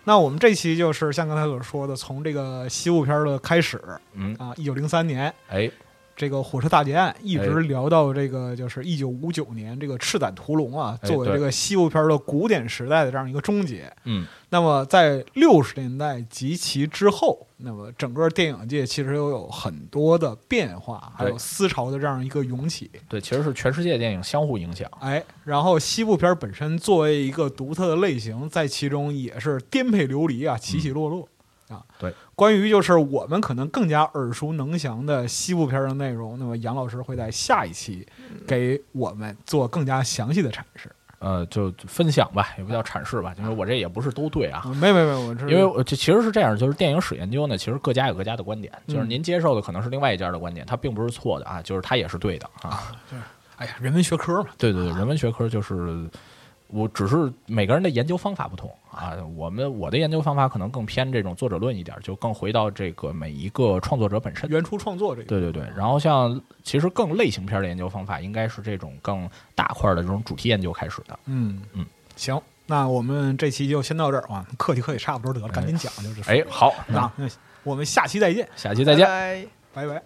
B: 那我们这期就是像刚才所说的，从这个西部片的开始
D: 嗯，
B: 啊，一九零三年
D: 哎，
B: 这个火车大劫案，一直
D: 哎
B: 聊到这个就是一九五九年这个《赤胆屠龙》啊，
D: 哎
B: 作为
D: 对
B: 这个西部片的古典时代的这样一个终结。
D: 嗯，
B: 那么在六十年代及其之后，那么整个电影界其实又有很多的变化，还有
D: 对
B: 思潮的这样一个涌起。
D: 对，其实是全世界电影相互影响。
B: 哎，然后西部片本身作为一个独特的类型，在其中也是颠沛流离啊，起起落落、啊。
D: 嗯对，
B: 关于就是我们可能更加耳熟能详的西部片的内容，那么杨老师会在下一期
D: 嗯
B: 给我们做更加详细的阐
D: (laughs)
B: 释。
D: 呃，就分享吧，也不叫阐释吧，因为我这也不是都对啊。
B: 啊没没没，我这
D: 因为我这其实是这样，就是电影史研究呢，其实各家有各家的观点，就是
B: 嗯
D: 您接受的可能是另外一家的观点，它并不是错的啊，就是它也是对的啊。
B: 哎呀，人文学科嘛，
D: 对对对，人文学科就是，我只是每个人的研究方法不同啊。我们我的研究方法可能更偏这种作者论一点，就更回到这个每一个创作者本身。
B: 原初创作这个。
D: 对对对，然后像其实更类型片的研究方法，应该是这种更大块的这种主题研究开始的。
B: 嗯
D: 嗯，
B: 行，那我们这期就先到这儿啊，客气客气差不多得了，赶紧讲就是。
D: 哎
B: 啊
D: 哎，好，那
B: 那我们下期再见，
D: 下期再见。
C: 拜拜
B: 拜拜。